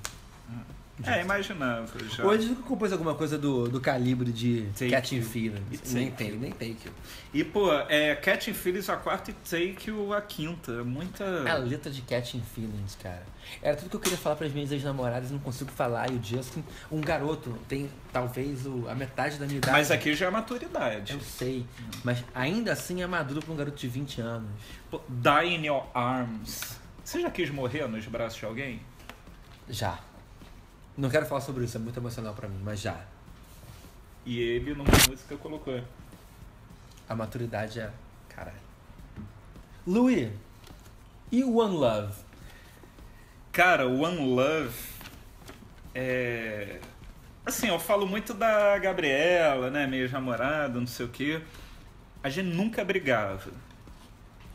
[SPEAKER 1] É, imaginava. Já.
[SPEAKER 2] O Oasis nunca compôs alguma coisa do, do calibre de
[SPEAKER 1] Take
[SPEAKER 2] Catching
[SPEAKER 1] You.
[SPEAKER 2] Feelings.
[SPEAKER 1] It's
[SPEAKER 2] Nem
[SPEAKER 1] Take
[SPEAKER 2] tem, nem take. You.
[SPEAKER 1] E, pô, é Cat and Phillies a quarta e Take o- a quinta. É Muita.
[SPEAKER 2] A letra de Catching Feelings, cara. Era tudo que eu queria falar para as minhas ex-namoradas, não consigo falar. E o Justin, um garoto, tem talvez o- a metade da minha idade.
[SPEAKER 1] Mas aqui já é maturidade.
[SPEAKER 2] Eu sei, mas ainda assim é maduro para um garoto de 20 anos.
[SPEAKER 1] Pô, Die in your arms. Você já quis morrer nos braços de alguém?
[SPEAKER 2] Já. Não quero falar sobre isso, é muito emocional para mim, mas já.
[SPEAKER 1] E ele, numa música, colocou.
[SPEAKER 2] A maturidade é. Caralho. Louis, e One Love?
[SPEAKER 1] Cara, One Love. É. assim, eu falo muito da Gabriela, né? Minha namorada, não sei o quê. A gente nunca brigava.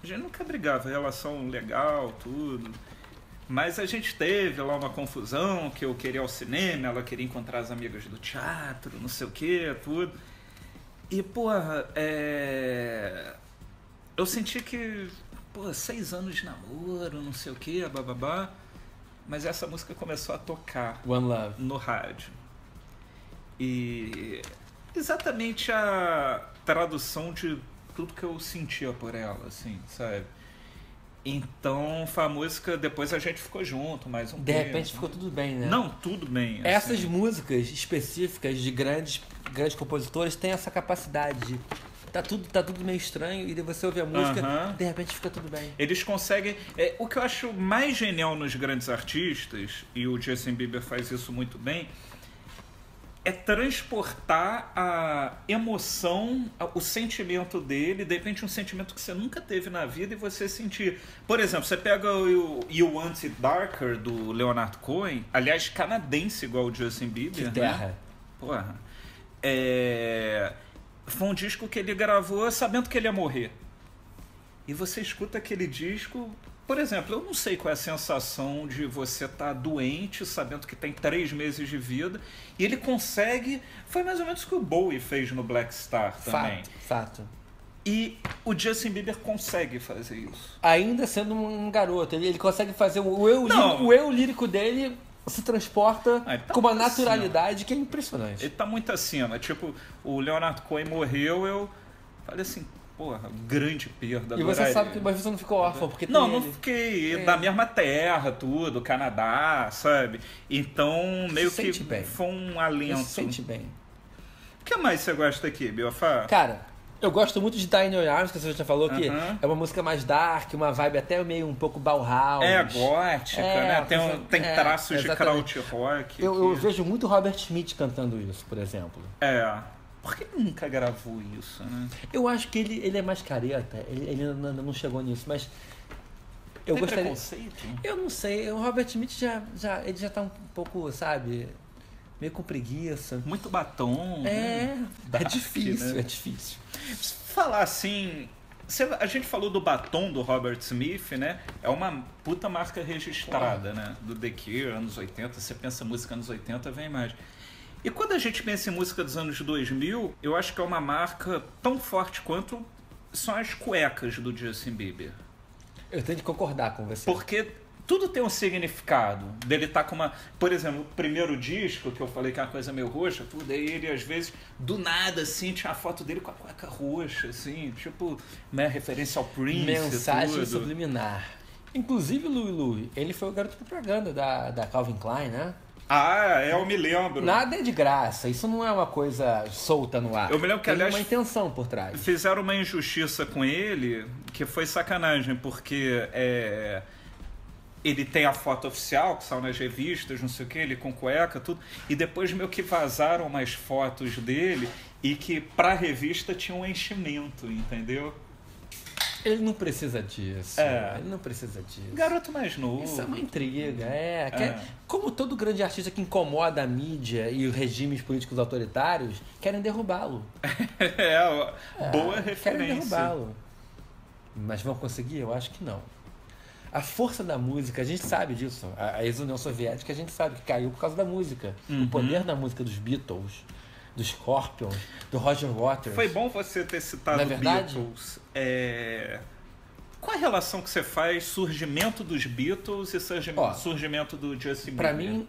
[SPEAKER 1] A gente nunca brigava, relação legal, tudo. Mas a gente teve lá uma confusão, que eu queria ir ao cinema, ela queria encontrar as amigas do teatro, não sei o quê, tudo. E, porra, é... Eu senti que, pô, seis anos de namoro, não sei o quê, bababá. Mas essa música começou a tocar
[SPEAKER 2] One Love.
[SPEAKER 1] no rádio. E exatamente a tradução de tudo que eu sentia por ela, assim, sabe? Então, foi a música, depois a gente ficou junto mais um
[SPEAKER 2] De
[SPEAKER 1] tempo.
[SPEAKER 2] repente ficou tudo bem, né?
[SPEAKER 1] Não, tudo bem.
[SPEAKER 2] Essas
[SPEAKER 1] assim.
[SPEAKER 2] músicas específicas de grandes, grandes compositores têm essa capacidade de. Tá tudo, tá tudo meio estranho e daí você ouve a música
[SPEAKER 1] Aham.
[SPEAKER 2] de repente fica tudo bem.
[SPEAKER 1] Eles conseguem. é, o que eu acho mais genial nos grandes artistas, e o Justin Bieber faz isso muito bem, é transportar a emoção, a- o sentimento dele, de repente um sentimento que você nunca teve na vida e você sentir. Por exemplo, você pega o You Want It Darker do Leonard Cohen, aliás, canadense igual o Justin Bieber.
[SPEAKER 2] Que
[SPEAKER 1] né?
[SPEAKER 2] terra.
[SPEAKER 1] Porra. É... Foi um disco que ele gravou sabendo que ele ia morrer. E você escuta aquele disco. Por exemplo, eu não sei qual é a sensação de você estar doente, sabendo que tem três meses de vida, e ele consegue. Foi mais ou menos o que o Bowie fez no Black Star também.
[SPEAKER 2] Fato, fato.
[SPEAKER 1] E o Justin Bieber consegue fazer isso.
[SPEAKER 2] Ainda sendo um garoto, ele, ele consegue fazer o eu,
[SPEAKER 1] Não.
[SPEAKER 2] lírico, o eu lírico dele se transporta
[SPEAKER 1] Ah, ele tá
[SPEAKER 2] com uma
[SPEAKER 1] assim, ó.
[SPEAKER 2] naturalidade que é impressionante.
[SPEAKER 1] Ele tá muito acima. Tipo, o Leonard Cohen morreu, eu falei assim, porra, grande perda.
[SPEAKER 2] E você
[SPEAKER 1] tá adoraria.
[SPEAKER 2] sabe que mas você não ficou órfão, porque
[SPEAKER 1] Não,
[SPEAKER 2] tem
[SPEAKER 1] não
[SPEAKER 2] ele.
[SPEAKER 1] fiquei
[SPEAKER 2] É.
[SPEAKER 1] da mesma terra, tudo, Canadá, sabe? Então, meio que
[SPEAKER 2] sente bem.
[SPEAKER 1] foi um
[SPEAKER 2] Ele
[SPEAKER 1] alento.
[SPEAKER 2] se sente bem.
[SPEAKER 1] O que mais você gosta aqui, Biofá?
[SPEAKER 2] Cara, eu gosto muito de Tiny Arms, que você já falou que
[SPEAKER 1] Aham.
[SPEAKER 2] é uma música mais dark, uma vibe até meio um pouco Bauhaus.
[SPEAKER 1] É gótica,
[SPEAKER 2] É,
[SPEAKER 1] né? Tem, um-
[SPEAKER 2] coisa-
[SPEAKER 1] tem
[SPEAKER 2] é,
[SPEAKER 1] traços de
[SPEAKER 2] exatamente.
[SPEAKER 1] kraut rock.
[SPEAKER 2] Eu, eu
[SPEAKER 1] que-
[SPEAKER 2] vejo muito Robert Smith cantando isso, por exemplo.
[SPEAKER 1] É. Por que ele nunca gravou isso, né?
[SPEAKER 2] Eu acho que ele, ele é mais careta, ele, ele ainda não chegou nisso, mas eu
[SPEAKER 1] tem
[SPEAKER 2] gostaria.
[SPEAKER 1] preconceito?
[SPEAKER 2] Eu não sei, o Robert Smith já, já, ele já tá um pouco, sabe, meio com preguiça.
[SPEAKER 1] Muito batom. né?
[SPEAKER 2] É, é
[SPEAKER 1] Dark,
[SPEAKER 2] difícil,
[SPEAKER 1] né?
[SPEAKER 2] é difícil.
[SPEAKER 1] Se falar assim. você- a gente falou do batom do Robert Smith, né? É uma puta marca registrada, né? Do The Cure, anos 80. Você pensa música anos 80, vem a imagem. E quando a gente pensa em música dos anos 2000, eu acho que é uma marca tão forte quanto são as cuecas do Justin Bieber.
[SPEAKER 2] Eu tenho que concordar com você.
[SPEAKER 1] Porque tudo tem um significado. Dele tá com uma. Por exemplo, o primeiro disco, que eu falei que é uma coisa meio roxa, tudo aí ele às vezes, do nada, assim, tinha a foto dele com a cueca roxa, assim, tipo, né, referência ao Prince.
[SPEAKER 2] Mensagem
[SPEAKER 1] é tudo.
[SPEAKER 2] subliminar. Inclusive, Louis Louis, ele foi o garoto propaganda da, da Calvin Klein, né?
[SPEAKER 1] Ah, é, eu me lembro.
[SPEAKER 2] Nada é de graça, isso não é uma coisa solta no ar.
[SPEAKER 1] Eu me lembro que,
[SPEAKER 2] Tem
[SPEAKER 1] aliás,
[SPEAKER 2] uma intenção por trás.
[SPEAKER 1] Fizeram uma injustiça com ele, que foi sacanagem, porque é, ele tem a foto oficial, que saiu nas revistas, não sei o que, ele com cueca, tudo, e depois meio que vazaram umas fotos dele e que pra revista tinha um enchimento, entendeu?
[SPEAKER 2] Ele não precisa disso.
[SPEAKER 1] É.
[SPEAKER 2] Ele não precisa disso.
[SPEAKER 1] Garoto mais novo.
[SPEAKER 2] Isso é uma intriga, é. Quer-
[SPEAKER 1] É.
[SPEAKER 2] Como todo grande artista que incomoda a mídia e os regimes políticos autoritários, querem derrubá-lo.
[SPEAKER 1] é, ó, boa
[SPEAKER 2] Ah, Querem
[SPEAKER 1] referência.
[SPEAKER 2] derrubá-lo. Mas vão conseguir? Eu acho que não. A força da música, a gente sabe disso. A a ex-União Soviética, a gente sabe que caiu por causa da música.
[SPEAKER 1] Uhum.
[SPEAKER 2] O poder da música dos Beatles, dos Scorpions, do Roger Waters.
[SPEAKER 1] Foi bom você ter citado
[SPEAKER 2] Não é verdade?
[SPEAKER 1] Beatles. É, Qual a relação que você faz surgimento dos Beatles e surgimento,
[SPEAKER 2] Ó,
[SPEAKER 1] surgimento do Justin
[SPEAKER 2] Pra
[SPEAKER 1] Bieber?
[SPEAKER 2] mim,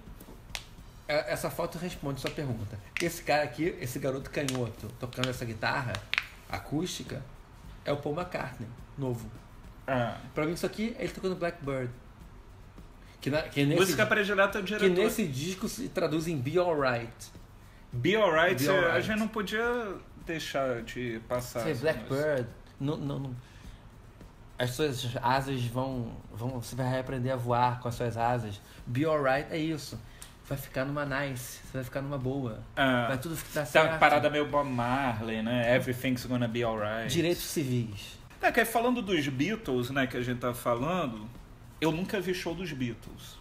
[SPEAKER 2] é- essa foto responde sua pergunta. Esse cara aqui, esse garoto canhoto, tocando essa guitarra acústica, é o Paul McCartney, novo.
[SPEAKER 1] Ah,
[SPEAKER 2] Pra mim, isso aqui é ele tocando Blackbird. Que, na, que, nesse,
[SPEAKER 1] música predileta do
[SPEAKER 2] que
[SPEAKER 1] diretor.
[SPEAKER 2] nesse disco se traduz em Be Alright.
[SPEAKER 1] Be Alright,
[SPEAKER 2] Be
[SPEAKER 1] cê- a
[SPEAKER 2] Alright.
[SPEAKER 1] gente não podia deixar de passar.
[SPEAKER 2] Você vê
[SPEAKER 1] essa música.
[SPEAKER 2] Blackbird, não, não, não- as suas asas vão, vão. Você vai aprender a voar com as suas asas. Be Alright é isso. Vai ficar numa nice, você vai ficar numa boa.
[SPEAKER 1] Ah,
[SPEAKER 2] Vai tudo ficar
[SPEAKER 1] tá
[SPEAKER 2] certo.
[SPEAKER 1] uma parada meio Bob Marley, né? Everything's gonna be alright.
[SPEAKER 2] Direitos civis.
[SPEAKER 1] É, que aí falando dos Beatles, né, que a gente tá falando, eu nunca vi show dos Beatles.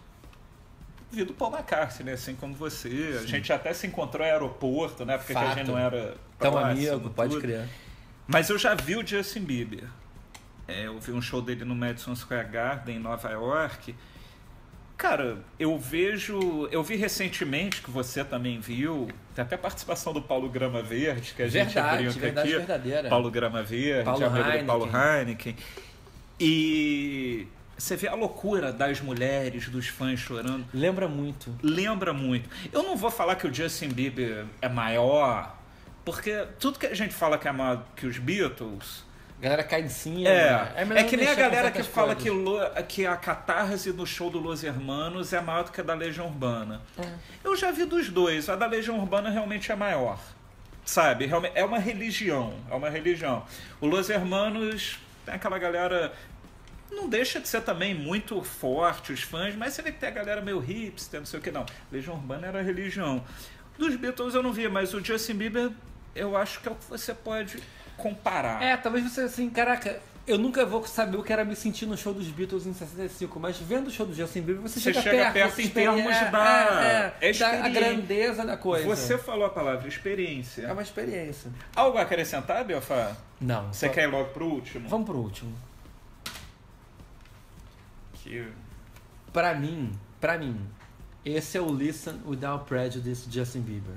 [SPEAKER 1] vida do Paul McCartney, assim como você. A gente até se encontrou em aeroporto, né? Porque
[SPEAKER 2] Fato.
[SPEAKER 1] a gente não era
[SPEAKER 2] Tão
[SPEAKER 1] próximo,
[SPEAKER 2] amigo, pode
[SPEAKER 1] Tá tudo.
[SPEAKER 2] crer.
[SPEAKER 1] Mas eu já vi o Justin Bieber. É, eu vi um show dele no Madison Square Garden em Nova York. Cara, eu vejo. Eu vi recentemente que você também viu. Tem até a participação do Paulo Grama Verde, que a gente
[SPEAKER 2] Verdade,
[SPEAKER 1] brinca
[SPEAKER 2] verdade
[SPEAKER 1] aqui.
[SPEAKER 2] verdadeira.
[SPEAKER 1] Paulo Grama Verde,
[SPEAKER 2] Paulo
[SPEAKER 1] amigo
[SPEAKER 2] Heineken.
[SPEAKER 1] do Paulo Heineken. E você vê a loucura das mulheres, dos fãs chorando.
[SPEAKER 2] Lembra muito.
[SPEAKER 1] Lembra muito. Eu não vou falar que o Justin Bieber é maior, porque tudo que a gente fala que é maior que os Beatles.
[SPEAKER 2] A galera cai em cima.
[SPEAKER 1] É,
[SPEAKER 2] melhor
[SPEAKER 1] é
[SPEAKER 2] não
[SPEAKER 1] que nem a
[SPEAKER 2] mexer com
[SPEAKER 1] galera que
[SPEAKER 2] certas
[SPEAKER 1] fala que,
[SPEAKER 2] coisas.
[SPEAKER 1] lo- que a catarse do show do Los Hermanos é maior do que a da Legião Urbana.
[SPEAKER 2] É.
[SPEAKER 1] Eu já vi dos dois. A da Legião Urbana realmente é maior. Sabe? Realme- É uma religião. É uma religião. O Los Hermanos tem aquela galera. Não deixa de ser também muito forte os fãs, mas você vê que tem a galera meio hipster, não sei o que, não. Legião Urbana era religião. Dos Beatles eu não vi, mas o Justin Bieber eu acho que é o que você pode comparar.
[SPEAKER 2] É, talvez você assim, caraca, eu nunca vou saber o que era me sentir no show dos Beatles em 65, mas vendo o show do Justin Bieber, você,
[SPEAKER 1] Você
[SPEAKER 2] chega,
[SPEAKER 1] chega perto
[SPEAKER 2] você
[SPEAKER 1] em
[SPEAKER 2] experia-
[SPEAKER 1] termos
[SPEAKER 2] é,
[SPEAKER 1] da-
[SPEAKER 2] é, é, da a
[SPEAKER 1] experiência.
[SPEAKER 2] grandeza da coisa.
[SPEAKER 1] Você falou a palavra experiência.
[SPEAKER 2] É uma experiência.
[SPEAKER 1] Algo a acrescentar, Biofá?
[SPEAKER 2] Não.
[SPEAKER 1] Você
[SPEAKER 2] só-
[SPEAKER 1] quer ir logo pro último?
[SPEAKER 2] Vamos pro último.
[SPEAKER 1] Que...
[SPEAKER 2] Pra mim, pra mim, esse é o Listen Without Prejudice Justin Bieber.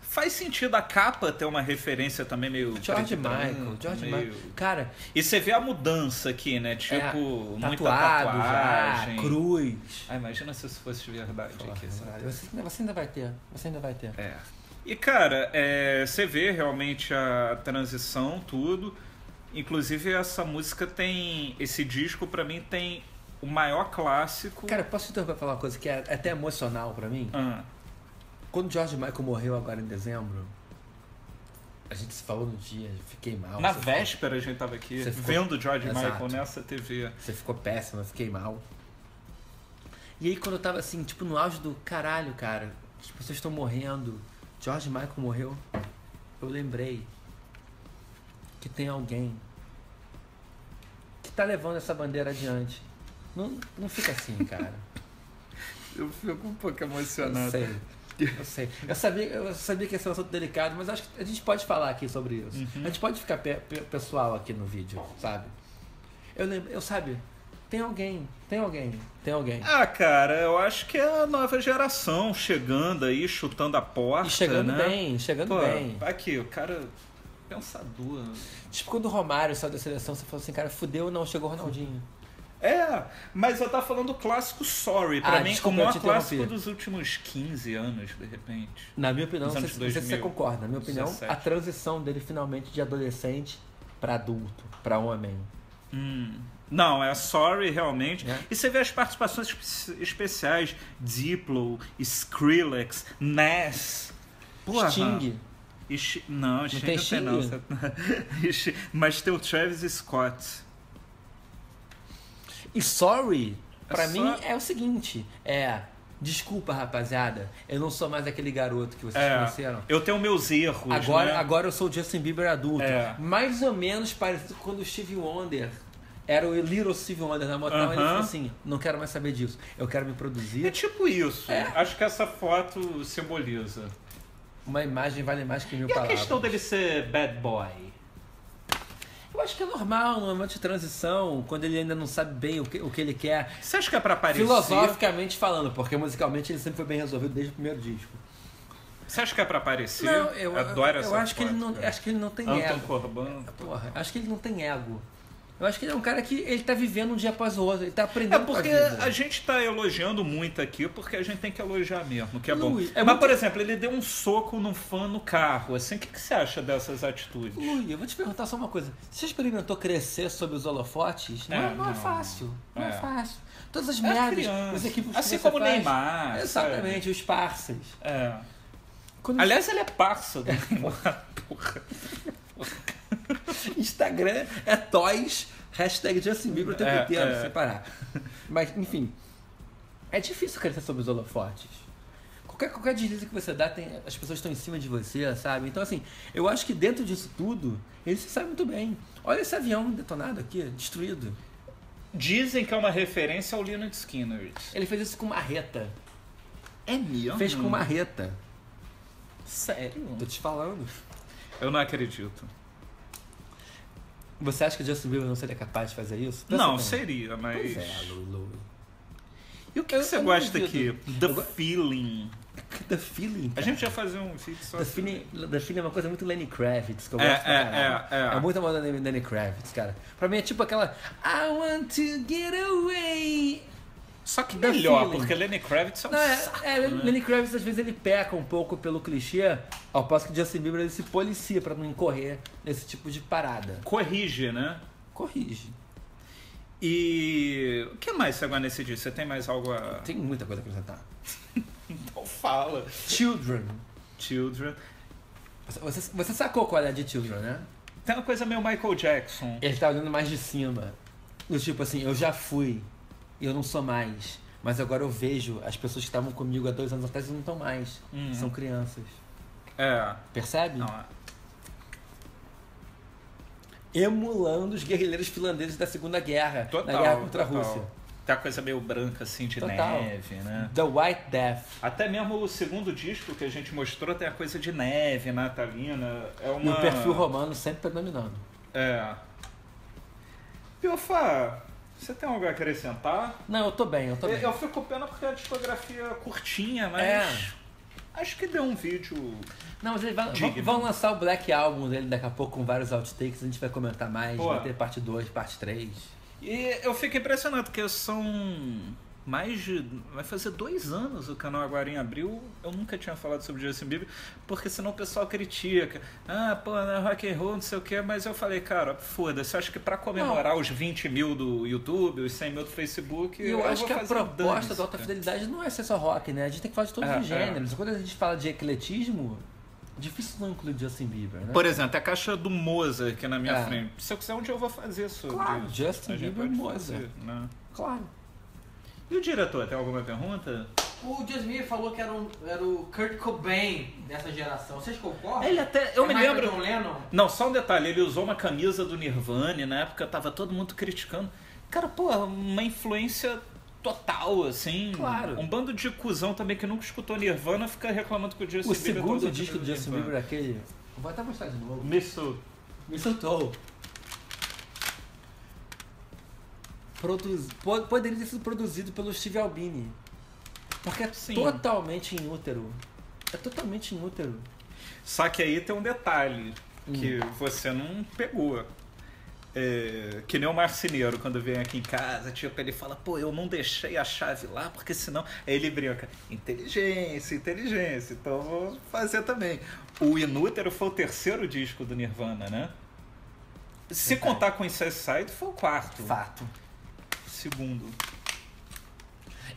[SPEAKER 1] Faz sentido a capa ter uma referência também meio.
[SPEAKER 2] George
[SPEAKER 1] preto e branco,
[SPEAKER 2] Michael, George
[SPEAKER 1] hum, meio-
[SPEAKER 2] Michael. Cara,
[SPEAKER 1] E você vê a mudança aqui, né? Tipo,
[SPEAKER 2] é,
[SPEAKER 1] muita
[SPEAKER 2] tatuado
[SPEAKER 1] tatuagem.
[SPEAKER 2] já, cruz.
[SPEAKER 1] Ah, imagina se isso fosse verdade aqui. sabe?
[SPEAKER 2] Você, ainda- você ainda vai ter, você ainda vai ter.
[SPEAKER 1] É. E cara, é, você vê realmente a transição, tudo. Inclusive essa música tem. Esse disco pra mim tem o maior clássico.
[SPEAKER 2] Cara, posso te interromper pra falar uma coisa que é até emocional pra mim?
[SPEAKER 1] Ah,
[SPEAKER 2] Quando George Michael morreu agora em dezembro, a gente se falou no dia, eu fiquei mal.
[SPEAKER 1] na
[SPEAKER 2] você ficou-
[SPEAKER 1] véspera a gente tava aqui
[SPEAKER 2] Você ficou-
[SPEAKER 1] vendo George
[SPEAKER 2] Exato.
[SPEAKER 1] Michael nessa TV.
[SPEAKER 2] Você ficou péssima, eu fiquei mal. E aí quando eu tava assim, tipo, no auge do caralho, cara, as pessoas estão morrendo, George Michael morreu, eu lembrei que tem alguém que tá levando essa bandeira adiante. Não, não fica assim, cara.
[SPEAKER 1] Eu fico um pouco
[SPEAKER 2] Eu
[SPEAKER 1] emocionado.
[SPEAKER 2] sei. Eu sei. Eu sabia, eu sabia que esse é um assunto delicado, mas acho que a gente pode falar aqui sobre isso.
[SPEAKER 1] Uhum.
[SPEAKER 2] A gente pode ficar pe- pe- pessoal aqui no vídeo, sabe? Eu lembro, eu sabe, tem alguém, tem alguém, tem alguém.
[SPEAKER 1] Ah, cara, eu acho que é a nova geração chegando aí, chutando a porta.
[SPEAKER 2] E chegando
[SPEAKER 1] né?
[SPEAKER 2] bem, chegando
[SPEAKER 1] Pô,
[SPEAKER 2] bem.
[SPEAKER 1] Aqui, o cara pensador.
[SPEAKER 2] Tipo, quando o Romário saiu da seleção, você falou assim, cara, fudeu, não, chegou o Ronaldinho.
[SPEAKER 1] É, mas eu tava falando do clássico Sorry. Pra
[SPEAKER 2] Ah,
[SPEAKER 1] mim,
[SPEAKER 2] desculpa,
[SPEAKER 1] o
[SPEAKER 2] eu
[SPEAKER 1] maior
[SPEAKER 2] te
[SPEAKER 1] clássico
[SPEAKER 2] interrompi.
[SPEAKER 1] dos últimos 15 anos, de repente.
[SPEAKER 2] Na minha opinião,
[SPEAKER 1] Nos
[SPEAKER 2] não sei,
[SPEAKER 1] anos
[SPEAKER 2] se- não sei se você
[SPEAKER 1] 2000,
[SPEAKER 2] concorda, na minha opinião,
[SPEAKER 1] 17.
[SPEAKER 2] a transição dele finalmente de adolescente pra adulto, pra homem.
[SPEAKER 1] Hum. Não, é Sorry realmente.
[SPEAKER 2] É.
[SPEAKER 1] E você vê as participações espe- especiais: Diplo, Skrillex, Ness. Porra.
[SPEAKER 2] Sting.
[SPEAKER 1] E Chi- Não, Sting
[SPEAKER 2] tem
[SPEAKER 1] não tem não.
[SPEAKER 2] Sting?
[SPEAKER 1] E Chi- Mas tem o Travis Scott.
[SPEAKER 2] E sorry, pra
[SPEAKER 1] É só-
[SPEAKER 2] mim é o seguinte, é desculpa rapaziada, eu não sou mais aquele garoto que vocês
[SPEAKER 1] É.
[SPEAKER 2] conheceram.
[SPEAKER 1] Eu tenho meus erros.
[SPEAKER 2] Agora,
[SPEAKER 1] né?
[SPEAKER 2] agora eu sou o Justin Bieber adulto.
[SPEAKER 1] É.
[SPEAKER 2] Mais ou menos parecido com quando o Steve Wonder era o Little Steve Wonder na Motown, ele
[SPEAKER 1] Aham.
[SPEAKER 2] falou assim, não quero mais saber disso, eu quero me
[SPEAKER 1] É
[SPEAKER 2] produzir,
[SPEAKER 1] tipo isso. Acho que essa foto simboliza.
[SPEAKER 2] uma imagem vale mais que mil
[SPEAKER 1] E a
[SPEAKER 2] palavras.
[SPEAKER 1] questão dele ser bad boy?
[SPEAKER 2] Eu acho que é normal, num momento de transição, quando ele ainda não sabe bem o que, o que ele quer,
[SPEAKER 1] Você acha que é pra aparecer?
[SPEAKER 2] filosoficamente falando, porque musicalmente ele sempre foi bem resolvido desde o primeiro disco.
[SPEAKER 1] Você acha que é pra aparecer?
[SPEAKER 2] Não, eu,
[SPEAKER 1] Adoro é.
[SPEAKER 2] eu
[SPEAKER 1] essa
[SPEAKER 2] acho que ele
[SPEAKER 1] foto,
[SPEAKER 2] não,
[SPEAKER 1] cara.
[SPEAKER 2] acho que ele Ah, não tem
[SPEAKER 1] Anton
[SPEAKER 2] ego.
[SPEAKER 1] Corbijn.
[SPEAKER 2] Porra, acho que ele não tem ego. Eu acho que ele é um cara que ele tá vivendo um dia após o outro, ele tá aprendendo
[SPEAKER 1] É porque
[SPEAKER 2] com a vida.
[SPEAKER 1] a gente tá elogiando muito aqui, porque a gente tem que elogiar mesmo, que é bom.
[SPEAKER 2] Luiz, é
[SPEAKER 1] Mas,
[SPEAKER 2] muito-
[SPEAKER 1] por exemplo, ele deu um soco num fã no carro. Assim, o que, que você acha dessas atitudes?
[SPEAKER 2] Ui, eu vou te perguntar só uma coisa. Você experimentou crescer sob os holofotes? Não,
[SPEAKER 1] É,
[SPEAKER 2] não, é
[SPEAKER 1] não.
[SPEAKER 2] fácil. Não é,
[SPEAKER 1] É.
[SPEAKER 2] fácil. Todas as
[SPEAKER 1] É
[SPEAKER 2] merdas,
[SPEAKER 1] criança.
[SPEAKER 2] as equipes que
[SPEAKER 1] Assim
[SPEAKER 2] você
[SPEAKER 1] como o
[SPEAKER 2] faz-
[SPEAKER 1] Neymar,
[SPEAKER 2] Exatamente, os parceiros.
[SPEAKER 1] É.
[SPEAKER 2] Quando
[SPEAKER 1] Aliás, ele é parça do Neymar. Porra.
[SPEAKER 2] Instagram é toys, hashtag Justin Bieber o tempo
[SPEAKER 1] É,
[SPEAKER 2] inteiro,
[SPEAKER 1] é.
[SPEAKER 2] sem parar. Mas, enfim, é difícil crescer sobre os holofotes. Qualquer, qualquer deslize que você dá, tem- as pessoas estão em cima de você, sabe? Então, assim, eu acho que dentro disso tudo, ele se sai muito bem. Olha esse avião detonado aqui, destruído.
[SPEAKER 1] Dizem que é uma referência ao Leonard Skinner.
[SPEAKER 2] Ele fez isso com marreta.
[SPEAKER 1] É mesmo?
[SPEAKER 2] Fez com marreta.
[SPEAKER 1] Sério?
[SPEAKER 2] Tô te falando.
[SPEAKER 1] Eu não acredito.
[SPEAKER 2] Você acha que o Justin Bieber não seria capaz de fazer isso? Pensa
[SPEAKER 1] não,
[SPEAKER 2] bem.
[SPEAKER 1] seria, mas...
[SPEAKER 2] Pois é, Lulu.
[SPEAKER 1] E o que,
[SPEAKER 2] Eu-
[SPEAKER 1] que você
[SPEAKER 2] eu não
[SPEAKER 1] gosta aqui?
[SPEAKER 2] duvido.
[SPEAKER 1] The
[SPEAKER 2] Eu go-
[SPEAKER 1] Feeling.
[SPEAKER 2] The Feeling.
[SPEAKER 1] A
[SPEAKER 2] cara.
[SPEAKER 1] gente já fazer um vídeo só
[SPEAKER 2] The
[SPEAKER 1] sobre-
[SPEAKER 2] Feeling, The Feeling é uma coisa muito Lenny Kravitz, que eu
[SPEAKER 1] É,
[SPEAKER 2] gosto pra
[SPEAKER 1] é,
[SPEAKER 2] caralho.
[SPEAKER 1] é, é.
[SPEAKER 2] muito a moda Lenny Lenny Kravitz, cara. Pra mim é tipo aquela I want to get away.
[SPEAKER 1] Só que
[SPEAKER 2] The
[SPEAKER 1] melhor,
[SPEAKER 2] Feeling.
[SPEAKER 1] porque Lenny Kravitz é um
[SPEAKER 2] Não, é,
[SPEAKER 1] saco,
[SPEAKER 2] é,
[SPEAKER 1] né?
[SPEAKER 2] Lenny Kravitz às vezes ele peca um pouco pelo clichê, ao passo que Justin Bieber ele se policia pra não incorrer nesse tipo de parada.
[SPEAKER 1] Corrige, né?
[SPEAKER 2] Corrige.
[SPEAKER 1] E o que mais você agora nesse dia? Você tem mais algo a.
[SPEAKER 2] Tem muita coisa a acrescentar.
[SPEAKER 1] Então fala.
[SPEAKER 2] Children.
[SPEAKER 1] Children.
[SPEAKER 2] Você- Você, você sacou qual é a de Children, né?
[SPEAKER 1] Tem uma coisa meio Michael Jackson.
[SPEAKER 2] Ele tá olhando mais de cima. Do tipo assim, eu já fui, eu não sou mais. Mas agora eu vejo as pessoas que estavam comigo há dois anos atrás e não estão mais.
[SPEAKER 1] Uhum.
[SPEAKER 2] São crianças.
[SPEAKER 1] É.
[SPEAKER 2] Percebe?
[SPEAKER 1] Não, é.
[SPEAKER 2] Emulando os guerrilheiros finlandeses da Segunda Guerra.
[SPEAKER 1] Total.
[SPEAKER 2] da guerra contra
[SPEAKER 1] total.
[SPEAKER 2] a Rússia.
[SPEAKER 1] Tem uma coisa meio branca assim de
[SPEAKER 2] Total.
[SPEAKER 1] neve, né?
[SPEAKER 2] The White Death.
[SPEAKER 1] Até mesmo o segundo disco que a gente mostrou tem a coisa de neve natalina. É
[SPEAKER 2] E
[SPEAKER 1] uma.
[SPEAKER 2] o perfil romano sempre predominando.
[SPEAKER 1] É. Piofá, você tem algo a acrescentar?
[SPEAKER 2] Não, eu tô bem, eu tô
[SPEAKER 1] Eu,
[SPEAKER 2] bem.
[SPEAKER 1] eu fico com pena porque é uma discografia curtinha, mas.
[SPEAKER 2] É.
[SPEAKER 1] Acho que deu um vídeo.
[SPEAKER 2] Não, mas eles vão,
[SPEAKER 1] Digno.
[SPEAKER 2] vão lançar o Black Album dele daqui a pouco com vários outtakes. A gente vai comentar mais.
[SPEAKER 1] Pô.
[SPEAKER 2] Vai ter parte 2, parte 3.
[SPEAKER 1] E eu fico impressionado, porque são mais de. Vai fazer dois anos o canal Agora em Abril. Eu nunca tinha falado sobre Justin Bieber, porque senão o pessoal critica. Ah, pô, não é rock and roll, não sei o quê. Mas eu falei, cara, foda-se. eu Acho que pra comemorar os 20 mil do YouTube, os 100 mil do Facebook.
[SPEAKER 2] E eu, acho
[SPEAKER 1] vou
[SPEAKER 2] que a
[SPEAKER 1] fazer um
[SPEAKER 2] proposta
[SPEAKER 1] dane-se,
[SPEAKER 2] da alta
[SPEAKER 1] cara.
[SPEAKER 2] fidelidade não é ser só rock, né? A gente tem que falar de todos
[SPEAKER 1] É,
[SPEAKER 2] os
[SPEAKER 1] é.
[SPEAKER 2] gêneros. Quando a gente fala de ecletismo, difícil não incluir Justin Bieber, né?
[SPEAKER 1] Por exemplo, a caixa do Moza aqui na minha
[SPEAKER 2] É.
[SPEAKER 1] frente. Se eu quiser, um dia eu vou fazer sobre
[SPEAKER 2] Claro,
[SPEAKER 1] isso.
[SPEAKER 2] Justin
[SPEAKER 1] A gente
[SPEAKER 2] Bieber é
[SPEAKER 1] pode
[SPEAKER 2] Moza.
[SPEAKER 1] fazer, né?
[SPEAKER 2] Claro.
[SPEAKER 1] E o diretor, tem alguma pergunta?
[SPEAKER 3] O Jasmine falou que era, um, era o Kurt Cobain dessa geração. Vocês concordam?
[SPEAKER 1] Ele até- eu
[SPEAKER 3] é
[SPEAKER 1] me
[SPEAKER 3] Michael
[SPEAKER 1] lembro-
[SPEAKER 3] John Lennon?
[SPEAKER 1] Não, só um detalhe, ele usou uma camisa do Nirvana, e na época tava todo mundo criticando. Cara, porra, uma influência total, assim.
[SPEAKER 2] Claro.
[SPEAKER 1] Um bando de cuzão também que nunca escutou Nirvana fica reclamando que o Justin
[SPEAKER 2] o
[SPEAKER 1] Bieber tá
[SPEAKER 2] segundo
[SPEAKER 1] usando
[SPEAKER 2] disco do
[SPEAKER 1] camisa
[SPEAKER 2] Justin Bieber
[SPEAKER 1] Nirvana.
[SPEAKER 2] é aquele. Vou até mostrar de novo.
[SPEAKER 1] Missou.
[SPEAKER 2] Mistletoe. Produz... po- Poderia ter sido produzido pelo Steve Albini. Porque é
[SPEAKER 1] Sim.
[SPEAKER 2] totalmente inútero. É totalmente inútero.
[SPEAKER 1] Só que aí tem um detalhe que
[SPEAKER 2] Hum.
[SPEAKER 1] você não pegou. É, que nem o marceneiro, quando vem aqui em casa, tipo, ele fala, pô, eu não deixei a chave lá, porque senão. Aí ele brinca, inteligência, inteligência, então eu vou fazer também. O Inútero foi o terceiro disco do Nirvana, né? Se contar com o Incesside, foi o quarto.
[SPEAKER 2] Fato.
[SPEAKER 1] Segundo.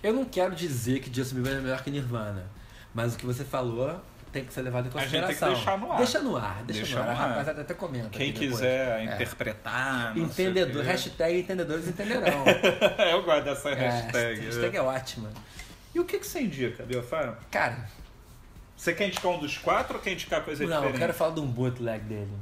[SPEAKER 2] Eu não quero dizer que Justin Bieber é melhor que Nirvana, mas o que você falou tem que ser levado em
[SPEAKER 1] A gente tem que
[SPEAKER 2] consideração.
[SPEAKER 1] deixar no ar.
[SPEAKER 2] Deixa no ar, deixa,
[SPEAKER 1] Deixa
[SPEAKER 2] no ar.
[SPEAKER 1] no ar.
[SPEAKER 2] A rapaziada até comenta.
[SPEAKER 1] Quem
[SPEAKER 2] aqui depois.
[SPEAKER 1] quiser
[SPEAKER 2] É.
[SPEAKER 1] interpretar. não sei o
[SPEAKER 2] Entendedor,
[SPEAKER 1] quê.
[SPEAKER 2] hashtag entendedores entenderão.
[SPEAKER 1] Eu gosto dessa
[SPEAKER 2] É,
[SPEAKER 1] hashtag.
[SPEAKER 2] essa hashtag é ótima.
[SPEAKER 1] E o que, que você indica, Biofá?
[SPEAKER 2] Cara,
[SPEAKER 1] Você quer indicar um dos quatro ou quer indicar coisa
[SPEAKER 2] não, eu
[SPEAKER 1] diferente?
[SPEAKER 2] quero falar de um bootleg dele.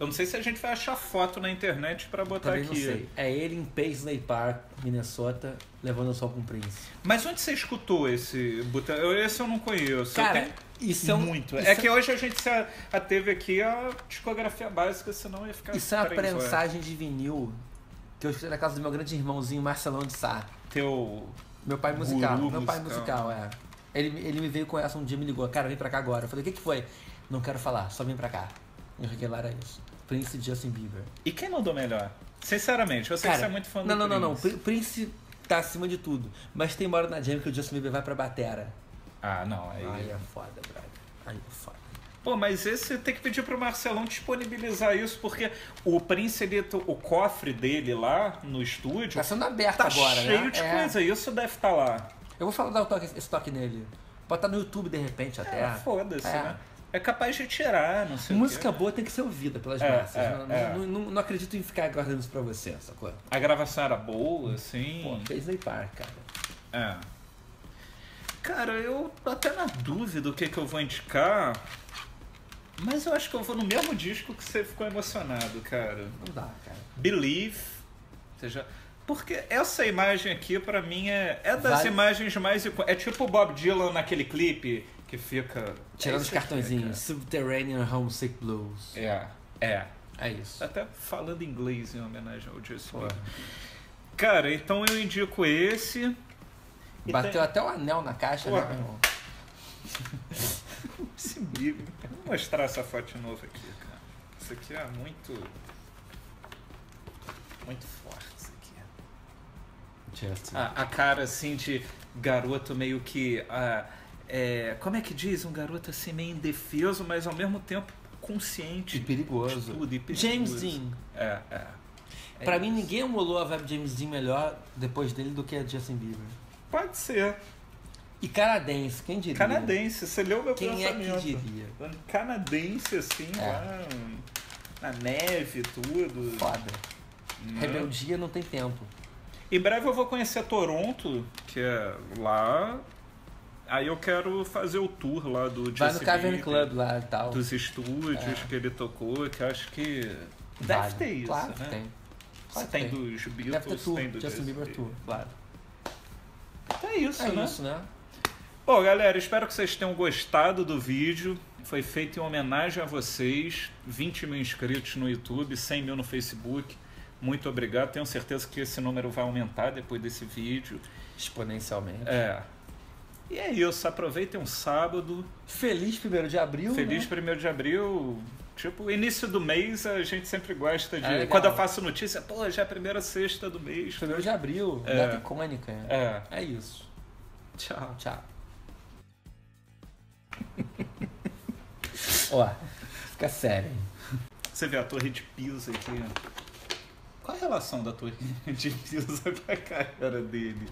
[SPEAKER 1] Eu não sei se a gente vai achar foto na internet pra botar
[SPEAKER 2] Também
[SPEAKER 1] aqui.
[SPEAKER 2] não sei. É ele em Paisley Park, Minnesota, levando o sol com o Prince.
[SPEAKER 1] Mas onde você escutou esse botão? Eu- Esse eu não conheço. Eu
[SPEAKER 2] Cara,
[SPEAKER 1] tenho-
[SPEAKER 2] isso é um,
[SPEAKER 1] muito.
[SPEAKER 2] isso
[SPEAKER 1] É que hoje a gente se a, a teve aqui a discografia básica, senão ia ficar.
[SPEAKER 2] Isso é uma
[SPEAKER 1] três horas.
[SPEAKER 2] prensagem de vinil que eu escutei na casa do meu grande irmãozinho Marcelão de Sá.
[SPEAKER 1] Teu.
[SPEAKER 2] Meu pai musical.
[SPEAKER 1] Guru
[SPEAKER 2] meu pai
[SPEAKER 1] musical.
[SPEAKER 2] musical, é. Ele, ele me veio com essa um dia, me ligou. Cara, vem pra cá agora. Eu falei, o que, que foi? Não quero falar, só vem pra cá. E o Raquel era isso. Prince e Justin Bieber.
[SPEAKER 1] E quem mandou melhor? Sinceramente, eu sei que
[SPEAKER 2] Cara,
[SPEAKER 1] você é muito fã
[SPEAKER 2] não,
[SPEAKER 1] do
[SPEAKER 2] não, não, não.
[SPEAKER 1] Prince.
[SPEAKER 2] Pri- Prince tá acima de tudo. Mas tem uma hora na jam que o Justin Bieber vai pra batera.
[SPEAKER 1] Ah, não. Aí...
[SPEAKER 2] Aí é foda, brother. Aí é foda.
[SPEAKER 1] Pô, mas esse tem que pedir pro Marcelão disponibilizar isso, porque o Prince, ele, o cofre dele lá no estúdio
[SPEAKER 2] Tá sendo aberto
[SPEAKER 1] tá
[SPEAKER 2] agora, né?
[SPEAKER 1] cheio de
[SPEAKER 2] É.
[SPEAKER 1] coisa. Isso deve estar lá.
[SPEAKER 2] Eu vou falar dar o toque, esse toque nele. Pode estar no YouTube de repente até.
[SPEAKER 1] É, foda-se,
[SPEAKER 2] É.
[SPEAKER 1] né? É capaz de tirar, não sei
[SPEAKER 2] Música
[SPEAKER 1] o quê.
[SPEAKER 2] boa tem que ser ouvida pelas
[SPEAKER 1] É,
[SPEAKER 2] massas. né?
[SPEAKER 1] é,
[SPEAKER 2] não,
[SPEAKER 1] é. Hum.
[SPEAKER 2] não- não- não acredito em ficar guardando isso pra você, sacou?
[SPEAKER 1] A gravação era boa, assim.
[SPEAKER 2] Pô, Paisley Park, cara.
[SPEAKER 1] É. Cara, eu tô até na dúvida o que, que eu vou indicar. Mas eu acho que eu vou no mesmo disco que você ficou emocionado, cara.
[SPEAKER 2] Não dá, cara.
[SPEAKER 1] Believe. Ou seja, porque essa imagem aqui, pra mim, é, é das
[SPEAKER 2] Vale-
[SPEAKER 1] imagens mais. icô- É tipo o Bob Dylan naquele clipe que fica.
[SPEAKER 2] Tirando
[SPEAKER 1] É
[SPEAKER 2] os
[SPEAKER 1] isso aqui,
[SPEAKER 2] cartõezinhos. Subterranean Homesick Blues.
[SPEAKER 1] cara. É, é.
[SPEAKER 2] É isso.
[SPEAKER 1] Até falando inglês em homenagem ao Juice WRLD. Cara, então eu indico esse. E
[SPEAKER 2] Bateu até o anel na caixa,
[SPEAKER 1] Ué.
[SPEAKER 2] né, meu irmão?
[SPEAKER 1] Esse bico. Vou mostrar essa foto de novo aqui, cara. Isso aqui é muito. Muito forte, isso aqui.
[SPEAKER 2] Justin.
[SPEAKER 1] A, a cara assim de garoto meio que. ah, é, como é que diz? Um garoto assim meio indefeso, mas ao mesmo tempo consciente
[SPEAKER 2] E perigoso.
[SPEAKER 1] de tudo. E perigoso.
[SPEAKER 2] tipo, James Dean.
[SPEAKER 1] É, é. É
[SPEAKER 2] pra mim,
[SPEAKER 1] isso.
[SPEAKER 2] ninguém emulou a vibe James Dean melhor depois dele do que a Justin Bieber.
[SPEAKER 1] Pode ser.
[SPEAKER 2] E canadense, quem diria?
[SPEAKER 1] Canadense, você leu meu
[SPEAKER 2] Quem é que
[SPEAKER 1] pensamento.
[SPEAKER 2] diria?
[SPEAKER 1] Um Canadense assim,
[SPEAKER 2] É.
[SPEAKER 1] lá um, na neve, tudo.
[SPEAKER 2] Foda.
[SPEAKER 1] Né?
[SPEAKER 2] Rebeldia não tem tempo.
[SPEAKER 1] Em breve eu vou conhecer Toronto, que é lá. Aí eu quero fazer o tour lá do
[SPEAKER 2] Vai no
[SPEAKER 1] Jesse
[SPEAKER 2] Cavern
[SPEAKER 1] Baker,
[SPEAKER 2] Club lá e tal.
[SPEAKER 1] Dos estúdios que ele tocou, que eu acho que. Deve
[SPEAKER 2] Vale.
[SPEAKER 1] ter isso,
[SPEAKER 2] Claro
[SPEAKER 1] né?
[SPEAKER 2] que tem.
[SPEAKER 1] Se
[SPEAKER 2] Claro que
[SPEAKER 1] tem
[SPEAKER 2] tem.
[SPEAKER 1] dos Beatles,
[SPEAKER 2] Deve ter tour.
[SPEAKER 1] tem do
[SPEAKER 2] Justin
[SPEAKER 1] Jesse
[SPEAKER 2] Bieber tour, claro.
[SPEAKER 1] Então é isso,
[SPEAKER 2] É
[SPEAKER 1] né?
[SPEAKER 2] isso, né?
[SPEAKER 1] Bom, galera, espero que vocês tenham gostado do vídeo. Foi feito em homenagem a vocês. 20 mil inscritos no YouTube, 100 mil no Facebook. Muito obrigado. Tenho certeza que esse número vai aumentar depois desse vídeo.
[SPEAKER 2] Exponencialmente.
[SPEAKER 1] É. E é isso. Aproveitem um sábado.
[SPEAKER 2] Feliz 1 de abril.
[SPEAKER 1] Feliz
[SPEAKER 2] né?
[SPEAKER 1] 1 de abril. Tipo, início do mês a gente sempre gosta de.
[SPEAKER 2] É legal.
[SPEAKER 1] Quando eu faço notícia, pô, já é a primeira sexta do mês.
[SPEAKER 2] 1 de abril.
[SPEAKER 1] É.
[SPEAKER 2] Data icônica.
[SPEAKER 1] É.
[SPEAKER 2] É isso.
[SPEAKER 1] Tchau.
[SPEAKER 2] Tchau. Ó, fica sério. hein?
[SPEAKER 1] Você vê a torre de Pisa aqui. ó. Qual a relação da torre de Pisa com a cara dele?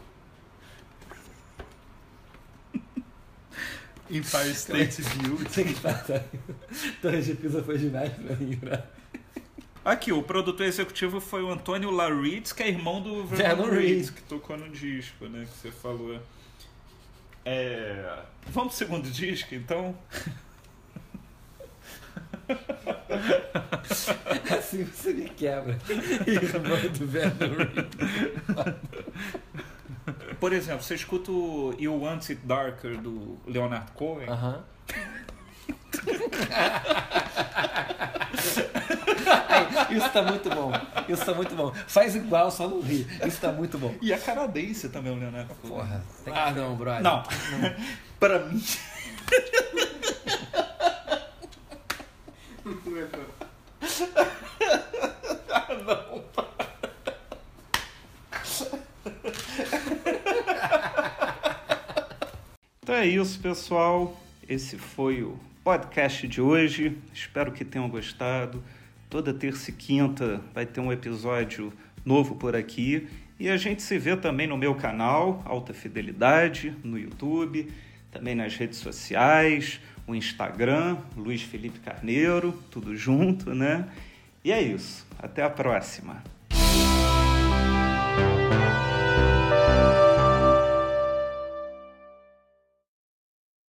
[SPEAKER 1] Empire State View.
[SPEAKER 2] Tem que passar. Torre de Pisa foi demais pra mim, né?
[SPEAKER 1] Aqui, o produtor executivo foi o Antônio Laritz, que é irmão do
[SPEAKER 2] Vernon
[SPEAKER 1] Vernon Reed,
[SPEAKER 2] Reed.
[SPEAKER 1] que tocou no disco, né? Que você falou. É... Vamos pro segundo disco, então?
[SPEAKER 2] Assim você me quebra. Irmão do Vernon Reed.
[SPEAKER 1] Por exemplo, você escuta o You Want It Darker, do Leonard Cohen.
[SPEAKER 2] Aham. Ai, Isso tá muito bom. Isso tá muito bom. Faz igual, só não ri. Isso tá muito bom.
[SPEAKER 1] E a canadense também, é o Leonard Cohen.
[SPEAKER 2] Porra. Ah, não, brother.
[SPEAKER 1] Não. pra mim. Então é isso, pessoal. Esse foi o podcast de hoje. Espero que tenham gostado. Toda terça e quinta vai ter um episódio novo por aqui. E a gente se vê também no meu canal, Alta Fidelidade, no YouTube, também nas redes sociais, o Instagram, Luiz Felipe Carneiro, tudo junto, né? E é isso. Até a próxima.